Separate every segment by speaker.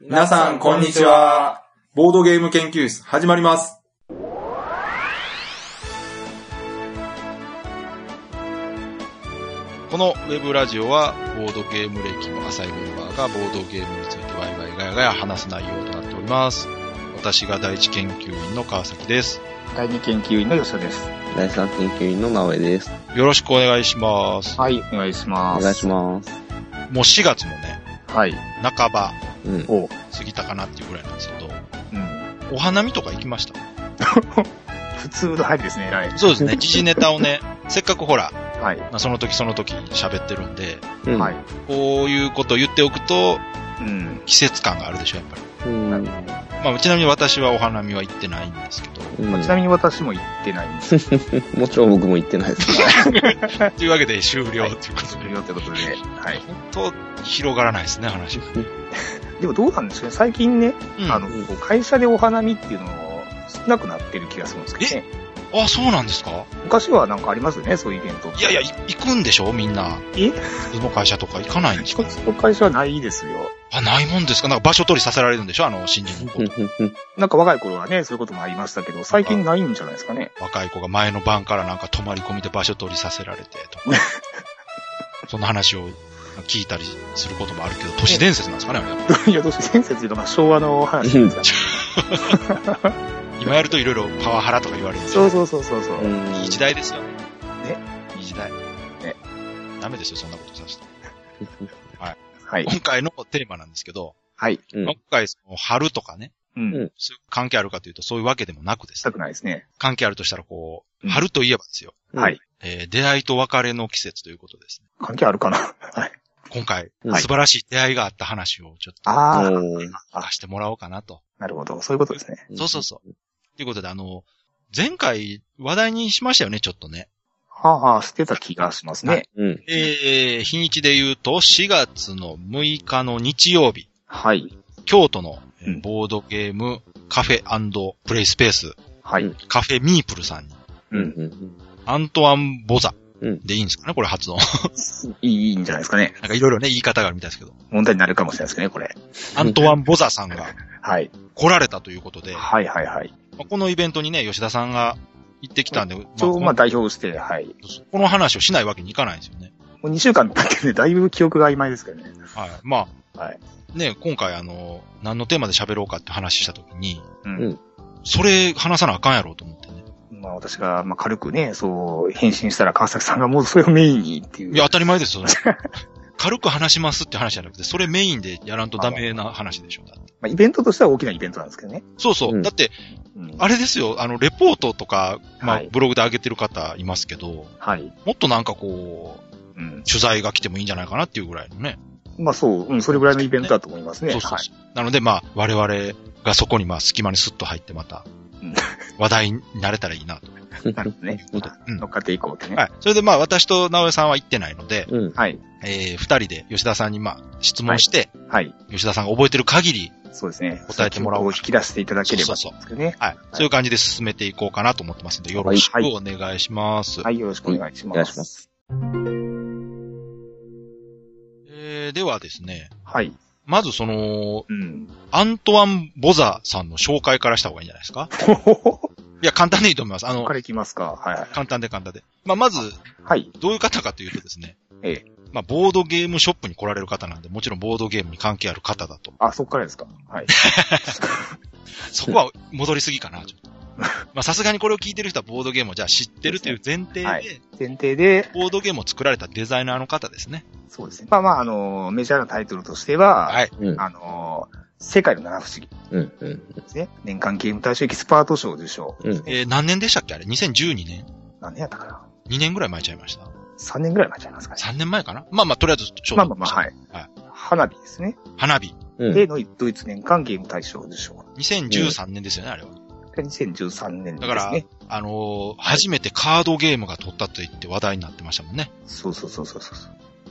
Speaker 1: 皆さん、こんにちは。ボードゲーム研究室、始まります。
Speaker 2: このウェブラジオは、ボードゲーム歴の浅いメンバーがボードゲームについてワイワイガヤガヤ話す内容となっております。私が第一研究員の川崎です。
Speaker 3: 第二研究員の吉田です。
Speaker 4: 第三研究員の直江です。
Speaker 2: よろしくお願いします。
Speaker 3: はい、お願いしま
Speaker 4: お
Speaker 3: す。
Speaker 4: 願いします。
Speaker 2: もう4月もね、
Speaker 3: す。はい。
Speaker 2: 半ば
Speaker 4: うん。
Speaker 3: おう。
Speaker 2: 過ぎたかなっていうぐらいなんですけど、
Speaker 3: うん。
Speaker 2: お花見とか行きました
Speaker 3: 普通の入りですね、偉い。
Speaker 2: そうです ね、時事ネタをね、せっかくほら、
Speaker 3: はい。
Speaker 2: まあその時その時喋ってるんで、
Speaker 4: うん
Speaker 3: はい。。
Speaker 2: こういうことを言っておくと、
Speaker 3: うん。
Speaker 2: 季節感があるでしょ、やっぱり。
Speaker 4: うん。うん
Speaker 2: まあ、ちなみに私はお花見は行ってないんですけ ど、
Speaker 3: まあちなみに私も行ってないんですけ
Speaker 4: もちろん僕も言ってないです。
Speaker 2: というわけで終了ということ
Speaker 3: ど、
Speaker 2: で。
Speaker 3: よってことで。はい。
Speaker 2: 本当、広がらないですね、話。
Speaker 3: でもどうなんですかね、最近ね、あの、
Speaker 4: うん
Speaker 3: こう会社でお花見っていうのを少なくなってる気がするんですけどね。
Speaker 2: あ、そうなんですか
Speaker 3: 昔はなんかありますよね、そういうイベント。
Speaker 2: いやいや、い行くんでしょみんな。
Speaker 3: え
Speaker 2: どの会社とか行かないんです
Speaker 3: こ
Speaker 2: か
Speaker 3: っちの会社はないですよ。
Speaker 2: あ、ないもんですかなんか場所取りさせられるんでしょあの、新人の子。
Speaker 3: なんか若い頃はね、そういうこともありましたけど、最近ないんじゃないですかね。
Speaker 2: 若い子が前の晩からなんか泊まり込みで場所取りさせられて、 とか。そんな話を聞いたりすることもあるけど、都市伝説なんですかねあ れ
Speaker 3: いや、どうして伝説というのが昭和の話ですから。
Speaker 2: 今やるといろいろパワハラとか言われるんで
Speaker 3: そうそうそうそうそう。
Speaker 4: うん
Speaker 2: いい時代ですよ。ね。いい時代。
Speaker 3: ね。
Speaker 2: ダメですよ、そんなことさせて。
Speaker 3: はい。
Speaker 2: 今回のテーマなんですけど、
Speaker 3: はい。
Speaker 4: うん
Speaker 2: 今回その春とかね、
Speaker 3: うん。
Speaker 4: うん
Speaker 2: そういう関係あるかというと、そういうわけでもなくで
Speaker 3: し
Speaker 2: す
Speaker 3: た
Speaker 2: ね。
Speaker 3: くないですね。
Speaker 2: 関係あるとしたら、こ
Speaker 3: う
Speaker 2: う、
Speaker 3: ん
Speaker 2: 春といえばですよ。
Speaker 4: うん
Speaker 3: はい。
Speaker 2: えー出会いと別れの季節ということですね。
Speaker 3: 関係あるかな はい。
Speaker 2: 今回、
Speaker 4: はい
Speaker 2: 素晴らしい出会いがあった話をちょっと、
Speaker 3: ああ、
Speaker 4: おー
Speaker 2: 出してもらおうかなと。
Speaker 3: なるほど。そういうことですね。
Speaker 2: そうそうそう。ということで、あの、前回話題にしましたよね、ちょっとね。
Speaker 3: はあはあ、捨てた気がしますね。
Speaker 4: うん。
Speaker 2: えー、日にちで言うと、4月の6日の日曜日、
Speaker 3: はい。
Speaker 2: 京都のえー
Speaker 3: うん
Speaker 2: ボードゲームカフェプレイスペース、
Speaker 3: はい。
Speaker 4: うん
Speaker 2: カフェミープルさんに、
Speaker 4: う
Speaker 3: うんん。
Speaker 2: アントワン・ボザ
Speaker 4: うん
Speaker 2: でいいんですかね、これ 発音。
Speaker 3: いいいいんじゃないですかね。
Speaker 2: なんかいろいろね、言い方があるみたいですけど。
Speaker 3: 問題になるかもしれないですけどね、これ。
Speaker 2: アントワン・ボザさんが
Speaker 3: はい。
Speaker 2: 来られたということで、ま
Speaker 3: はいはいはい。
Speaker 2: あこのイベントにね、吉田さんが行ってきたんで、まあ
Speaker 3: 一応、まあ
Speaker 2: こ
Speaker 3: 代表して、はい。も
Speaker 2: のこの話をしないわけにいかないんですよね。
Speaker 3: う2週間経ってね、だいぶ記憶が曖昧ですけどね。
Speaker 2: はい。まあ、
Speaker 3: はい
Speaker 2: ね、今回あの、何のテーマで喋ろうかって話したときに、
Speaker 3: うん。
Speaker 2: それ話さなあかんやろうと思ってね。
Speaker 3: まあ私が、まあ軽くね、そう、返信したら川崎さんがもうそれをメインにっていう。
Speaker 2: いや、当たり前ですよ。それ 軽く話しますって話じゃなくて、それメインでやらんとダメな話でしょ。だって
Speaker 3: まあイベントとしては大きなイベントなんですけどね。
Speaker 2: そうそう。
Speaker 4: うん
Speaker 2: だって、
Speaker 3: うん。
Speaker 2: あれですよ、あの、レポートとか、まあ、
Speaker 3: はい
Speaker 2: ブログで上げてる方いますけど、
Speaker 3: はい。
Speaker 2: もっとなんかこう、
Speaker 3: うん。
Speaker 2: 取材が来てもいいんじゃないかなっていうぐらいのね。
Speaker 3: まあそう、うん、それぐらいのイベントだと思いますね。
Speaker 2: そうそうそうなので、まあ、我々がそこに、まあ、隙間にスッと入って、ま た
Speaker 3: うん、
Speaker 2: 話題になれたらいいなと。
Speaker 3: はい。なるほどね。
Speaker 2: うん
Speaker 3: 乗っかっていこうってね。
Speaker 2: はい。それで、まあ、私と直江さんは行ってないので、
Speaker 4: うん。
Speaker 3: はい。
Speaker 2: えー、二人で吉田さんに、まあ、質問して、
Speaker 3: はい。
Speaker 2: 吉田さんが覚えてる限り、
Speaker 3: そうですね。
Speaker 2: 答えてもらおう
Speaker 3: 記憶を引き出していただければ。
Speaker 2: そうそう
Speaker 3: ですけどね。
Speaker 2: はい。そういう感じで進めていこうかなと思ってますんで、よろしくお願いします。
Speaker 3: はい、よろしくお願いします。。
Speaker 4: お願いします
Speaker 2: えー、ではですね、
Speaker 3: はい。
Speaker 2: まずその、
Speaker 3: うん。
Speaker 2: アントワン・ボザさんの紹介からした方がいいんじゃないですか
Speaker 3: ほほほ。
Speaker 2: いや、簡単でいいと思います。あの
Speaker 3: か、らいきますか。はいはい。
Speaker 2: 簡単で簡単で。まあ、まず、
Speaker 3: はい。
Speaker 2: どういう方かというとですね、
Speaker 3: ええ。
Speaker 2: まあ、ボードゲームショップに来られる方なんで、もちろんボードゲームに関係ある方だと。
Speaker 3: あ、そっからですか。はい。
Speaker 2: そこは戻りすぎかな、ちょっ と。まあ、さすがにこれを聞いてる人はボードゲームをじゃあ知ってるという前提で、
Speaker 3: はい前提で、
Speaker 2: ボードゲームを作られたデザイナーの方ですね。
Speaker 3: そうですね。まあまあ、あのー、メジャーなタイトルとしては、
Speaker 2: はい。
Speaker 4: うん。
Speaker 3: あのー、世界の七不思議
Speaker 4: うん。うん。
Speaker 3: ですね。年間ゲーム大賞エキスパート賞受賞。
Speaker 4: うん。
Speaker 2: えー、何年でしたっけあれ ?2012 年
Speaker 3: 何年やったかな
Speaker 2: ?2 年ぐらい前ちゃいました。
Speaker 3: ?3 年ぐらい前ちゃいますかね。
Speaker 2: 3年前かなまあまあ、とりあえず、ちょう
Speaker 3: まあ
Speaker 2: ど
Speaker 3: まあまあ、はい。
Speaker 2: はい
Speaker 3: 花火ですね。
Speaker 2: 花火。
Speaker 4: うん。
Speaker 3: で、のドイツ年間ゲーム大賞受賞。
Speaker 2: 2013年ですよね、あれは。
Speaker 3: で2013年で
Speaker 2: だから
Speaker 3: すね。
Speaker 2: あのー初めてカードゲームが取ったと言って話題になってましたもんね。
Speaker 3: そうそうそうそうそう。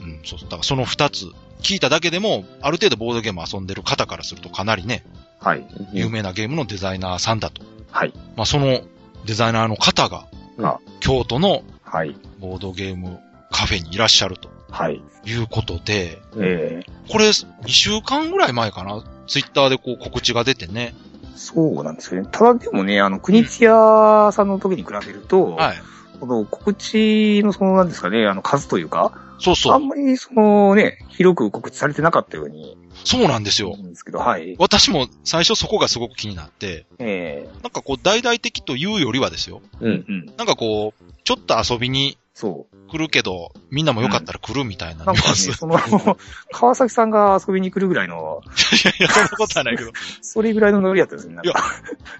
Speaker 2: うん、そうそう。だからその2つ。聞いただけでも、ある程度ボードゲームを遊んでる方からするとかなりね、
Speaker 3: はい。
Speaker 2: 有名なゲームのデザイナーさんだと。
Speaker 3: はい。
Speaker 2: まあ、そのデザイナーの方が
Speaker 3: あ、
Speaker 2: 京都の
Speaker 3: はい。
Speaker 2: ボードゲームカフェにいらっしゃると
Speaker 3: はい。
Speaker 2: いうことで、
Speaker 4: うん
Speaker 3: ええ
Speaker 2: これ2週間ぐらい前かなツイッターでこう告知が出てね。
Speaker 3: そうなんですよね。ただでもね、あの、国津屋さんの時に比べると、
Speaker 2: はい。
Speaker 3: この告知のその、なんですかね、あの、数というか、
Speaker 2: そうそ
Speaker 3: あ
Speaker 2: う。
Speaker 3: んまりそのね、広く告知されてなかったように
Speaker 2: そうなんですよ
Speaker 3: 思。うんですけど、はい。
Speaker 2: 私も最初そこがすごく気になって、
Speaker 3: ええ
Speaker 2: なんかこう大々的というよりはですよ。
Speaker 4: うん。
Speaker 3: うん。
Speaker 2: なんかこう、ちょっと遊びに
Speaker 3: そ。
Speaker 2: 来るけど、みんなもよかったら来るみたいうな
Speaker 3: なん
Speaker 2: ニュ
Speaker 3: かね、
Speaker 2: ア ンス。い
Speaker 3: その、 川崎さんが遊びに来るぐらいの、
Speaker 2: や いや、そんなことはないけど。
Speaker 3: それぐらいのノリだったんですね。なんか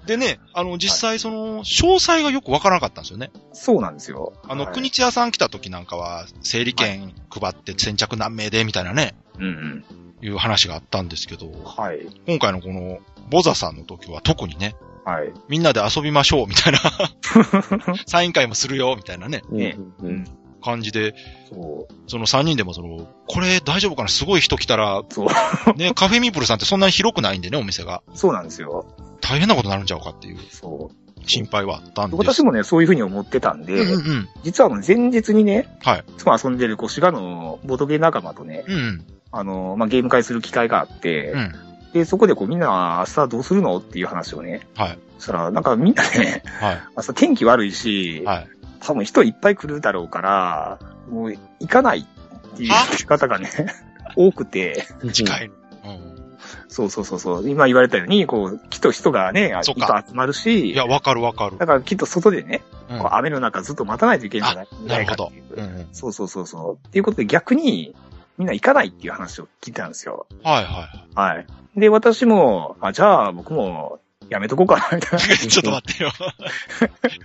Speaker 2: いでね、あの、実際その、詳細がよくわからなかったんですよね。
Speaker 3: そうなんですよ。
Speaker 2: あの、
Speaker 3: はい
Speaker 2: 国千屋さん来た時なんかは、整理券配って先着何名で、みたいなね、
Speaker 3: うんうん。
Speaker 2: いう話があったんですけど、
Speaker 3: はい。
Speaker 2: 今回のこの、ボザさんの時は特にね、
Speaker 3: はい。
Speaker 2: みんなで遊びましょう、みた いな、サイン会もするよ、みたいなね、
Speaker 3: ね
Speaker 4: うんうん
Speaker 2: 感じで、
Speaker 3: そう。
Speaker 2: その3人でもその、これ大丈夫かなすごい人来たら、
Speaker 3: そう。
Speaker 2: ね、カフェミープルさんってそんなに広くないんでね、お店が。
Speaker 3: そうなんですよ。
Speaker 2: 大変なことになるんちゃうかっていう
Speaker 3: そう。
Speaker 2: 心配はあったんです。
Speaker 3: 私もね、そういうふうに思ってたんで、
Speaker 2: うんうん
Speaker 3: 実はあの前日にね、
Speaker 2: はい。
Speaker 3: いつも遊んでるこう滋賀のボトゲ仲間とね、
Speaker 2: うん。うん
Speaker 3: あの、まあ、ゲーム会する機会があって、
Speaker 2: うん。うん。
Speaker 3: で、そこでこうみんな明日どうするのっていう話をね、
Speaker 2: はい。
Speaker 3: そしたら、なんかみんなね、
Speaker 2: は
Speaker 3: 明日天気悪いし、
Speaker 2: い。はい。
Speaker 3: 多分人いっぱい来るだろうから、もう行かないっていう方がね、 多くて、
Speaker 2: 近い。うん。
Speaker 3: そうそうそうそう、今言われたように、こう、きっと人がね、いっぱ
Speaker 2: そっか
Speaker 3: い集まるし
Speaker 2: い、や、わかるわかる。
Speaker 3: だからきっと外でね、
Speaker 2: うん
Speaker 3: こう雨の中ずっと待たないといけないんじゃない
Speaker 2: なるほど
Speaker 3: ないかっていう
Speaker 2: うんうん。
Speaker 3: そうそうそうそう。っていうことで逆に、みんな行かないっていう話を聞いたんですよ。
Speaker 2: はいは
Speaker 3: はい。で、私も、あ、じゃあ僕もやめとこうかな、みたいな。
Speaker 2: い。 ちょっと待ってよ。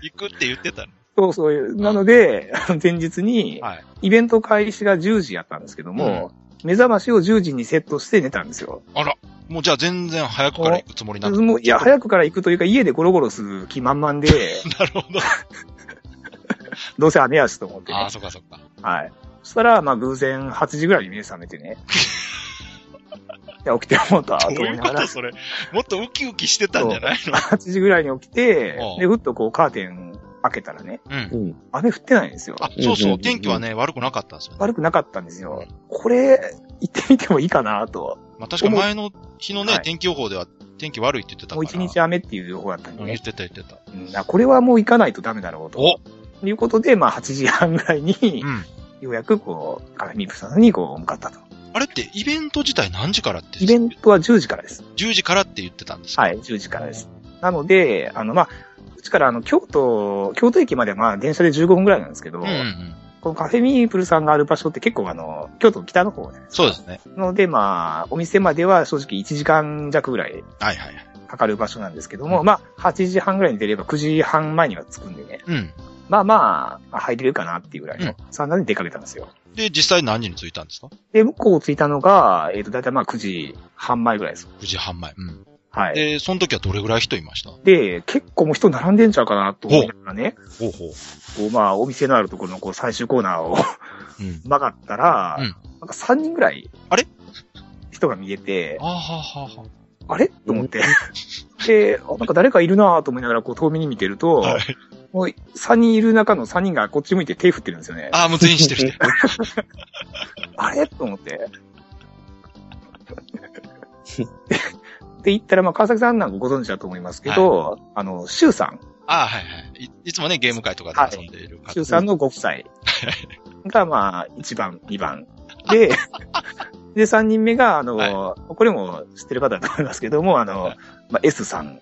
Speaker 2: 行くって言ってたの。
Speaker 3: そうそういう。なので、 前日に、
Speaker 2: はい。
Speaker 3: イベント開始が10時やったんですけども、目覚ましを10時にセットして寝たんですよ。
Speaker 2: もうじゃあ全然早くから行くつもりなくて。
Speaker 3: もういや、早くから行くというか、家でゴロゴロする気満 々で、
Speaker 2: なるほど。
Speaker 3: どうせ雨やしと思って
Speaker 2: ああ、
Speaker 3: ね。
Speaker 2: そっかそっか。
Speaker 3: はい。そしたら、まあ偶然8時ぐらいに目覚めて ね。いや、起きて思ったと
Speaker 2: どう
Speaker 3: 思い
Speaker 2: いう
Speaker 3: な
Speaker 2: こ
Speaker 3: がら
Speaker 2: と。それ。もっとウキウキしてたんじゃな い
Speaker 3: 8時ぐらいに起きて
Speaker 2: うん、
Speaker 3: で、ふっとこうカーテン開けたらね、
Speaker 2: のうん。
Speaker 4: うん。
Speaker 3: 雨降ってないんですよ。
Speaker 2: あ、そう
Speaker 4: うんうん
Speaker 2: そうう。
Speaker 4: ん
Speaker 2: 天気はね、悪くなかったんですよね。
Speaker 3: 悪くなかったんですよ。これ、行ってみてもいいかなと。
Speaker 2: まあ確か前の日のね
Speaker 3: は、い
Speaker 2: 天気予報では天気悪いって言ってたか
Speaker 3: もう
Speaker 2: ら。
Speaker 3: 一日雨っていう情報だったん
Speaker 2: う
Speaker 3: で
Speaker 2: ん言っ
Speaker 3: ね。
Speaker 2: てた言ってた。
Speaker 3: うんあこれはもう行かないとダメだろう
Speaker 2: お
Speaker 3: と。ということで、まあ8時半ぐらいに
Speaker 2: う、ん。
Speaker 3: ようやくこう、カフェミープさんにこう向かったと。
Speaker 2: あれってイベント自体何時からって
Speaker 3: イベントは10時からです。
Speaker 2: 10時からって言ってたんですか
Speaker 3: はい、10時からです。なので、あの、まあ、うちからあの、京都、京都駅まではまあ電車で15分ぐらいなんですけど、
Speaker 2: うんうんうん。
Speaker 3: このカフェミープルさんがある場所って結構あの、京都の北の方ね。
Speaker 2: そうですね。
Speaker 3: ので、まあ、お店までは正直1時間弱ぐらい
Speaker 2: はいはいはい。
Speaker 3: かかる場所なんですけども、
Speaker 2: うん
Speaker 3: まあ、8時半ぐらいに出れば9時半前には着くんでね、
Speaker 2: うん。
Speaker 3: まあまあ、あ入れるかなっていうぐらいの、
Speaker 2: うん
Speaker 3: そんなに出かけたんですよ。
Speaker 2: で、実際何時に着いたんですか
Speaker 3: で、向こう着いたのが、えっ、と、だいたいまあ9時半前ぐらいです。
Speaker 2: ?9 時半前。うん。
Speaker 3: はい。
Speaker 2: で、その時はどれぐらい人いましたほ
Speaker 3: で、結構もう人並んでんちゃうかなと思いながらね、
Speaker 2: うほう。
Speaker 3: こうまあ、お店のあるところのこう最終コーナーを
Speaker 2: うん。
Speaker 3: 曲がったら、
Speaker 2: うん
Speaker 3: なんか3人ぐらい、
Speaker 2: あれ
Speaker 3: 人が見えて
Speaker 2: あ、ははは
Speaker 3: あれと思って。で、あなんか誰かいるなと思いながら、こう、遠目に見てると、
Speaker 2: は。
Speaker 3: もう、3人いる中の3人がこっち向いて手振ってるんですよね。あ
Speaker 2: ああ、もう全員してるしてる。
Speaker 3: れと思って。で、行ったら、まあ、川崎さんなんかご存知だと思いますけど、あの、シュウさん、
Speaker 2: ああ、はいはいい。いつもね、ゲーム会とかで遊んでいる
Speaker 3: シュ
Speaker 2: 方。
Speaker 3: ウさんのご夫妻 が、まあ、1番、2番。で、で、3人目が、あの、これも知ってる方だと思いますけども、あの、まあ、S さ ん。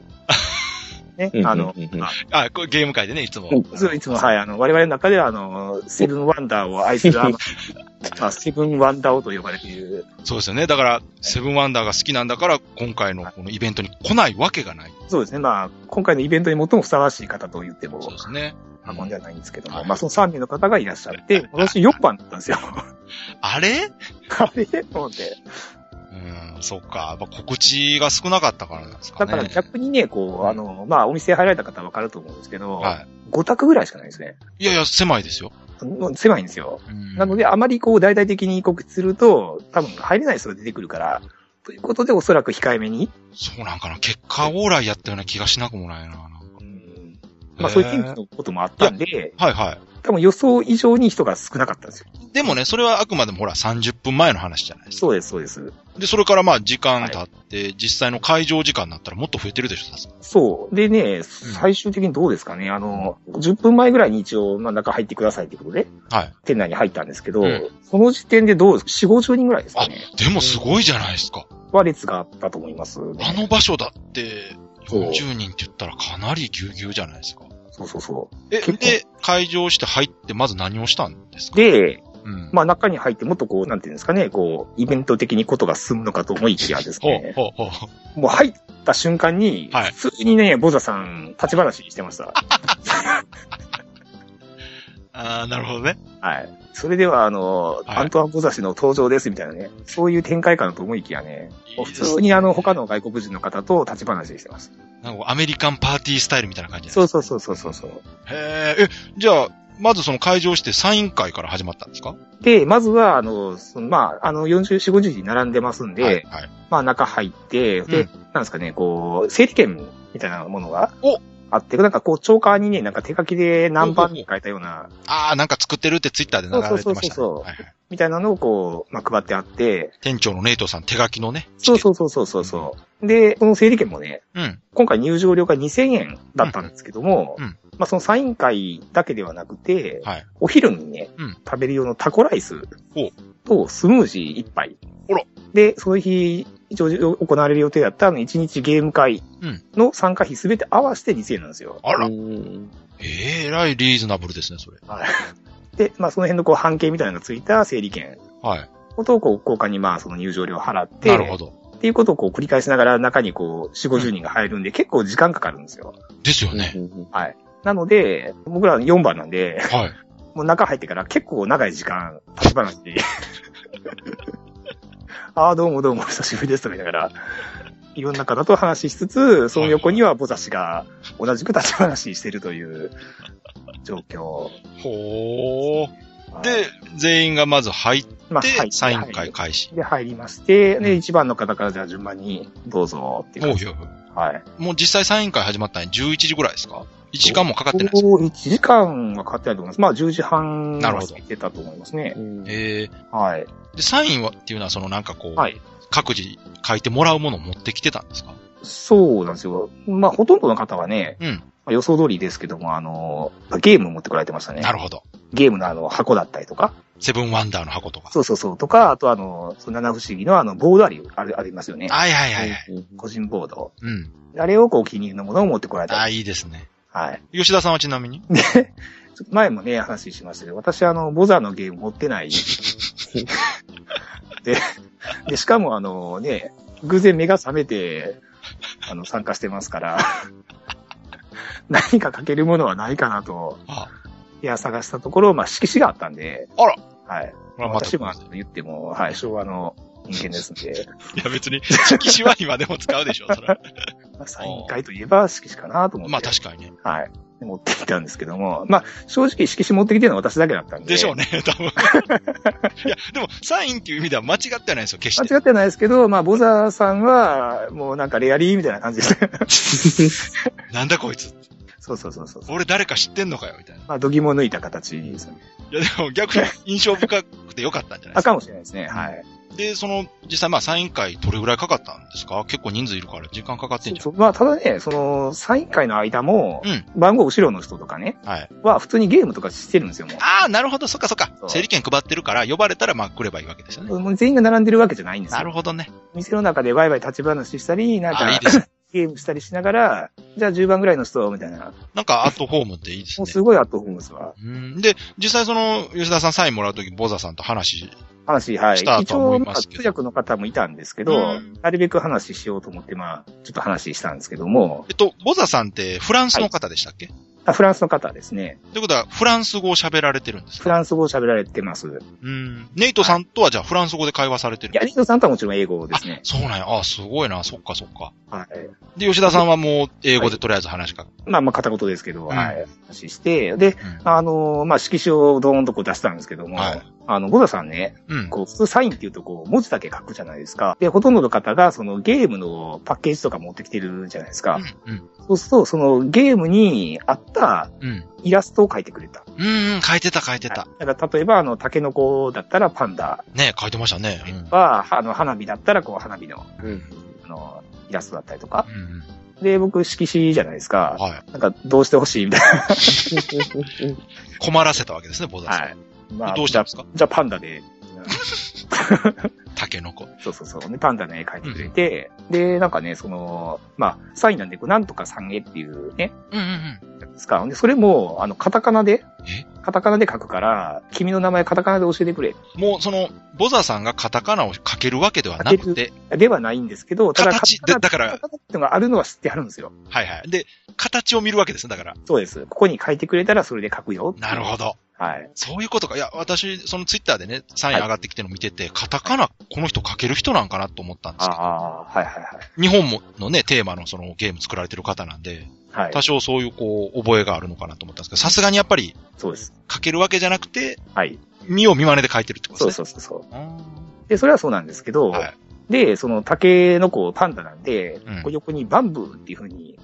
Speaker 3: ね
Speaker 4: う、ん
Speaker 3: あの、
Speaker 4: うんうん
Speaker 3: まあ
Speaker 2: あこれゲーム会でね、いつも。
Speaker 3: そういつも、はい、あの、我々の中では、あの、セブンワンダーを愛す る、あの、まあ、セブンワンダーをと呼ばれている。
Speaker 2: そうですよね。だから、セブンワンダーが好きなんだから、今回のこのイベントに来ないわけがない。
Speaker 3: そうですね、まあ、今回のイベントに最もふさわしい方と言っても
Speaker 2: そうですね。う
Speaker 3: 過言
Speaker 2: ん
Speaker 3: ではないんですけども、
Speaker 2: はい
Speaker 3: まあ、その3名の方がいらっしゃって、私4番だったんですよ。
Speaker 2: あれ
Speaker 3: あれと思って。
Speaker 2: うん、そっか。やっぱ告知が少なかったからなんですか
Speaker 3: だか
Speaker 2: ね。
Speaker 3: ら逆にね、こう、あの、まあ、お店入られた方はわかると思うんですけど、
Speaker 2: は
Speaker 3: 5択ぐらいしかないですね。
Speaker 2: い。いやいや、狭いですよ。
Speaker 3: 狭いんですよ。
Speaker 2: うん
Speaker 3: なので、あまりこう、大々的に告知すると、多分入れない人が出てくるから、ということで、おそらく控えめに、
Speaker 2: そうなんかな。結果往来やったような気がしなくもないな。なんか
Speaker 3: まあそういう天気のこともあったんで、
Speaker 2: はいはい。
Speaker 3: 多分予想以上に人が少なかったんですよ。
Speaker 2: でもね、それはあくまでもほら30分前の話じゃないですか。
Speaker 3: そうです、そうです。
Speaker 2: で、それからまあ時間経って、実際の会場時間になったらもっと増えてるでしょ、さすがに
Speaker 3: そう。でね、最終的にどうですかね。あの、10分前ぐらいに一応、まあ、中入ってくださいってことで、
Speaker 2: はい。
Speaker 3: 店内に入ったんですけど、
Speaker 2: うん
Speaker 3: その時点でどうですか ?4、50人ぐらいですかね。
Speaker 2: でもすごいじゃないですか。
Speaker 3: は列があったと思います、
Speaker 2: あの場所だって、40人って言ったらかなりぎゅうぎゅうじゃないですか。
Speaker 3: そうそうそ
Speaker 2: え、
Speaker 3: 結構
Speaker 2: で、会場して入って、まず何をしたんです
Speaker 3: う。
Speaker 2: か
Speaker 3: で、
Speaker 2: うん。
Speaker 3: まあ中に入ってもっとこう、なんていうんですかね、こう、イベント的にことが進むのかと思いきやです
Speaker 2: ほう
Speaker 3: ね、
Speaker 2: ほうほうほう。
Speaker 3: もう入った瞬間に、
Speaker 2: はい
Speaker 3: 普通にね、ボザさん、立ち話してました。
Speaker 2: ああ、なるほどね。
Speaker 3: はい。それでは、あの、
Speaker 2: はい
Speaker 3: アントワン・ボザ氏の登場ですみたいなね、そういう展開かなと思いきやね、
Speaker 2: いい
Speaker 3: もう
Speaker 2: で
Speaker 3: 普
Speaker 2: すね
Speaker 3: 通にあの、他の外国人の方と立ち話してます。
Speaker 2: なんかアメリカンパーティースタイルみたいな感じなんです
Speaker 3: そうそうそうそうそうそう。
Speaker 2: へえ、え、じゃあ、まずその会場してサイン会から始まったんですか
Speaker 3: で、まずは、あの、そのまあ、あの、40、40、50時に並んでますんで、
Speaker 2: はい、はい。
Speaker 3: まあ、中入って、で、
Speaker 2: うん
Speaker 3: なんですかね、こう、整理券みたいなものが
Speaker 2: お
Speaker 3: あって、なんかこう、チョーカーにね、なんか手書きで何番に書いたような、
Speaker 2: ああ、なんか作ってるってツイッターで流れてました
Speaker 3: そ
Speaker 2: ね。
Speaker 3: うそうそうそう
Speaker 2: はいはい。
Speaker 3: みたいなのをこう、まあ、配ってあって、
Speaker 2: 店長のネイトさん手書きのね。
Speaker 3: そうそうそうそうそうそう。で、この整理券もね、
Speaker 2: う。うん。
Speaker 3: 今回入場料が2000円だったんですけども、
Speaker 2: うんうん
Speaker 3: まあ、そのサイン会だけではなくて、
Speaker 2: はい。
Speaker 3: お昼にね、
Speaker 2: うん
Speaker 3: 食べる用のタコライス
Speaker 2: ほう
Speaker 3: とスムージー一杯。
Speaker 2: あら
Speaker 3: で、その日、一応行われる予定だったあの1日ゲーム会の参加費すべて合わせて2000円なんですよ。
Speaker 2: あら
Speaker 4: う、ん
Speaker 2: えらいリーズナブルですね、それ。
Speaker 3: で、まあその辺のこう半径みたいなのがついた整理券
Speaker 2: はい。
Speaker 3: ことをこう交換にまあその入場料を払って、
Speaker 2: なるほど。
Speaker 3: っていうことをこう繰り返しながら中にこう4、50人が入るんで結構時間かかるんですよ。
Speaker 2: ですよね。
Speaker 3: なので、僕ら4番なんで、
Speaker 2: はい。
Speaker 3: もう中入ってから結構長い時間、立ち話 で。ああ、どうもどうも、久しぶりです、とか言いながら、いろんな方と話ししつつ、その横にはボザ氏が同じく立ち話してるという状況。
Speaker 2: ほー。
Speaker 3: はい
Speaker 2: で、、全員がまず入って、
Speaker 3: まあ、はい、
Speaker 2: サイン会開始。
Speaker 3: で、入りまして、
Speaker 2: う
Speaker 3: で、
Speaker 2: ん
Speaker 3: 1番の方からじゃあ順番に、どうぞ、っていう感
Speaker 2: もう
Speaker 3: じ。
Speaker 2: ひょひょ
Speaker 3: はい。
Speaker 2: もう実際サイン会始まったのに11時ぐらいですか ?1 時間もかかってないですか
Speaker 3: ここ1時間はかかってないと思います。まあ、10時半
Speaker 2: なるほど
Speaker 3: 過ぎてたと思いますね
Speaker 4: う。ん
Speaker 2: え
Speaker 3: はい。
Speaker 2: ー、で、サインはっていうのはそのなんかこう、
Speaker 3: はい。
Speaker 2: 各自書いてもらうものを持ってきてたんですか
Speaker 3: そうなんですよ。まあ、ほとんどの方はね、
Speaker 2: うん。
Speaker 3: まあ予想通りですけども、あの、ゲーム持ってこられてましたね。
Speaker 2: なるほど。
Speaker 3: ゲームのあの、箱だったりとか、
Speaker 2: セブンワンダーの箱とか。
Speaker 3: そうそうそう、とか、あとあの、その七不思議のあの、ボードあり、あれありますよね。
Speaker 2: はいはいはいはい。
Speaker 3: 個人ボード。
Speaker 2: うん。
Speaker 3: あれをこう、お気に入りのものを持ってこられ
Speaker 2: あ
Speaker 3: た
Speaker 2: あ、
Speaker 3: り。
Speaker 2: いいですね。
Speaker 3: はい。
Speaker 2: 吉田さんはちなみに
Speaker 3: ちょっと前もね、話しましたけど、私あの、ボザのゲーム持って ない。で、で、しかもあのね、偶然目が覚めて、あの、参加してます から、何か書けるものはないかなと。
Speaker 2: あ
Speaker 3: いや、探したところ、まあ、色紙があったんで。
Speaker 2: あら
Speaker 3: はい。
Speaker 2: あ、まあまた
Speaker 3: 私もあの言っても、はい、昭和の人間ですんで、
Speaker 2: いや別に、色紙は今でも使うでしょ、そ れは。
Speaker 3: まあ、サイン会といえば色紙かなと思って。
Speaker 2: まあ確かにね。
Speaker 3: はい。持ってきたんですけども、まあ、正直色紙持ってきてるのは私だけだったんで。
Speaker 2: でしょうね、多 分。いや、でも、サインっていう意味では間違ってはないですよ、決して。
Speaker 3: 間違ってはないですけど、まあ、ボザーさんは、もうなんかレアリーみたいな感じで した。
Speaker 2: なんだこいつ。
Speaker 3: そうそうそうそう。
Speaker 2: 俺誰か知ってんのかよ、みたいな。
Speaker 3: まあ、度肝を抜いた形ですね。
Speaker 2: いや、でも逆に印象深くてよかったんじゃないで
Speaker 3: あ、
Speaker 2: すか。
Speaker 3: かもしれないですね。はい。
Speaker 2: で、その、実際まあサイン会どれぐらいかかったんですか結構人数いるから時間かかってんじゃ
Speaker 3: そうまあ、ただね、その、サイン会の間も、
Speaker 2: う
Speaker 3: 番号後ろの人とかね、
Speaker 2: ん。はい。
Speaker 3: は普通にゲームとかしてるんですよ、もう。
Speaker 2: ああ、なるほど、そっかそっか
Speaker 3: そ。う
Speaker 2: 整理券配ってるから、呼ばれたらまあ来ればいいわけですよね。
Speaker 3: もう全員が並んでるわけじゃないんですよ。
Speaker 2: なるほどね。
Speaker 3: 店の中でワイワイ立ち話したり、なん
Speaker 2: あ
Speaker 3: か
Speaker 2: あ、いいですね。
Speaker 3: ゲームしたりしながら、じゃあ10番ぐらいの人、みたいな。
Speaker 2: なんかアットホームっていいです
Speaker 3: もう
Speaker 2: ね。
Speaker 3: すごいアットホームですわ。
Speaker 2: うんで、実際その、吉田さんサインもらうとき、ボザさんと話、
Speaker 3: 話、はい。
Speaker 2: した
Speaker 3: 一
Speaker 2: と思
Speaker 3: 応、
Speaker 2: い
Speaker 3: ま
Speaker 2: ま
Speaker 3: あ、
Speaker 2: すけ
Speaker 3: 通
Speaker 2: ど
Speaker 3: 訳の方もいたんですけ
Speaker 2: う
Speaker 3: ど
Speaker 2: ん、
Speaker 3: なるべく話しようと思って、まあ、ちょっと話したんですけども、
Speaker 2: えっと、ボザさんってフランスの方でしたっけ、
Speaker 3: あフランスの方ですね。
Speaker 2: ということは、フランス語を喋られてるんです
Speaker 3: フ
Speaker 2: か
Speaker 3: ランス語を喋られてます。い
Speaker 2: うん。ネイトさんとはじゃあフランス語で会話されてる
Speaker 3: や、リードさんとはもちろん英語ですね。
Speaker 2: そうなんや。ああ、すごいな。そっかそっか。
Speaker 3: はい。
Speaker 2: で、吉田さんはもう英語でとりあえず話しかけ、
Speaker 3: まあ、まあ、片言ですけど、
Speaker 2: ん
Speaker 3: はい。話して、で、
Speaker 2: うん
Speaker 3: あのー、まあ、色紙をドーンとこう出したんですけども
Speaker 2: はい、
Speaker 3: あの、ゴダさんね、
Speaker 2: うん。
Speaker 3: こう、普通サインっていうと、こう、文字だけ書くじゃないですか。で、ほとんどの方が、そのゲームのパッケージとか持ってきてるじゃないですか。
Speaker 2: うん。うん。
Speaker 3: そうすると、そのゲームに合っった
Speaker 2: うん。
Speaker 3: イラストを描いてくれた。
Speaker 2: うん、うん、書いてた、書いてた。
Speaker 3: だから例えば、あの、タケノコだったらパンダ
Speaker 2: ね、書いてましたね。うん。
Speaker 3: は、あの、花火だったらこう、花火の、
Speaker 4: うん。
Speaker 3: あの、イラストだったりとか。
Speaker 2: うんうん、
Speaker 3: で、僕、色紙じゃないですか。
Speaker 2: は
Speaker 3: なんか、どうしてほしいみたいな。
Speaker 2: い。困らせたわけですね、ボザさ
Speaker 3: は
Speaker 2: ん。
Speaker 3: い。ま
Speaker 2: どうしたんですか
Speaker 3: じゃあ、パンダで、
Speaker 2: タケノコ。
Speaker 3: そうそうそう、ね、パンダの絵描いてくれて、で、なんかね、その、まあ、サインなんで、こう、なんとかさんへっていうね、
Speaker 2: うんうんうん。
Speaker 3: 使うんで、それも、あの、カタカナで
Speaker 2: え、
Speaker 3: カタカナで書くから、君の名前カタカナで教えてくれ。
Speaker 2: もう、その、ボザさんがカタカナを書けるわけではなくて、
Speaker 3: ではないんですけど、ただ、
Speaker 2: 形
Speaker 3: カタカナ
Speaker 2: だだか
Speaker 3: カタ
Speaker 2: ら
Speaker 3: カナっていうのがあるのは知ってあるんですよ。
Speaker 2: はいはい。で、形を見るわけですね、だから。
Speaker 3: そうです。ここに書いてくれたら、それで書くよっていう
Speaker 2: なるほど。
Speaker 3: はい。
Speaker 2: そういうことか。いや、私、そのツイッターでね、サイン上がってきてるの見てて、カタカナ、この人書ける人なんかなと思ったんですけど、
Speaker 3: ああー、はいはいはい。
Speaker 2: 日本ものね、テーマのそのゲーム作られてる方なんで、
Speaker 3: はい。
Speaker 2: 多少そういうこう、覚えがあるのかなと思ったんですけど、さすがにやっぱり
Speaker 3: そうです。
Speaker 2: 書けるわけじゃなくて、
Speaker 3: はい。
Speaker 2: 見よう見真似で書いてるってこと
Speaker 3: そう
Speaker 2: ですね。
Speaker 3: そうそうそう。
Speaker 2: そう
Speaker 3: で、それはそうなんですけど、
Speaker 2: はい。
Speaker 3: で、その、竹の子パンダなんで、
Speaker 2: うん
Speaker 3: こう横にバンブーっていう風に、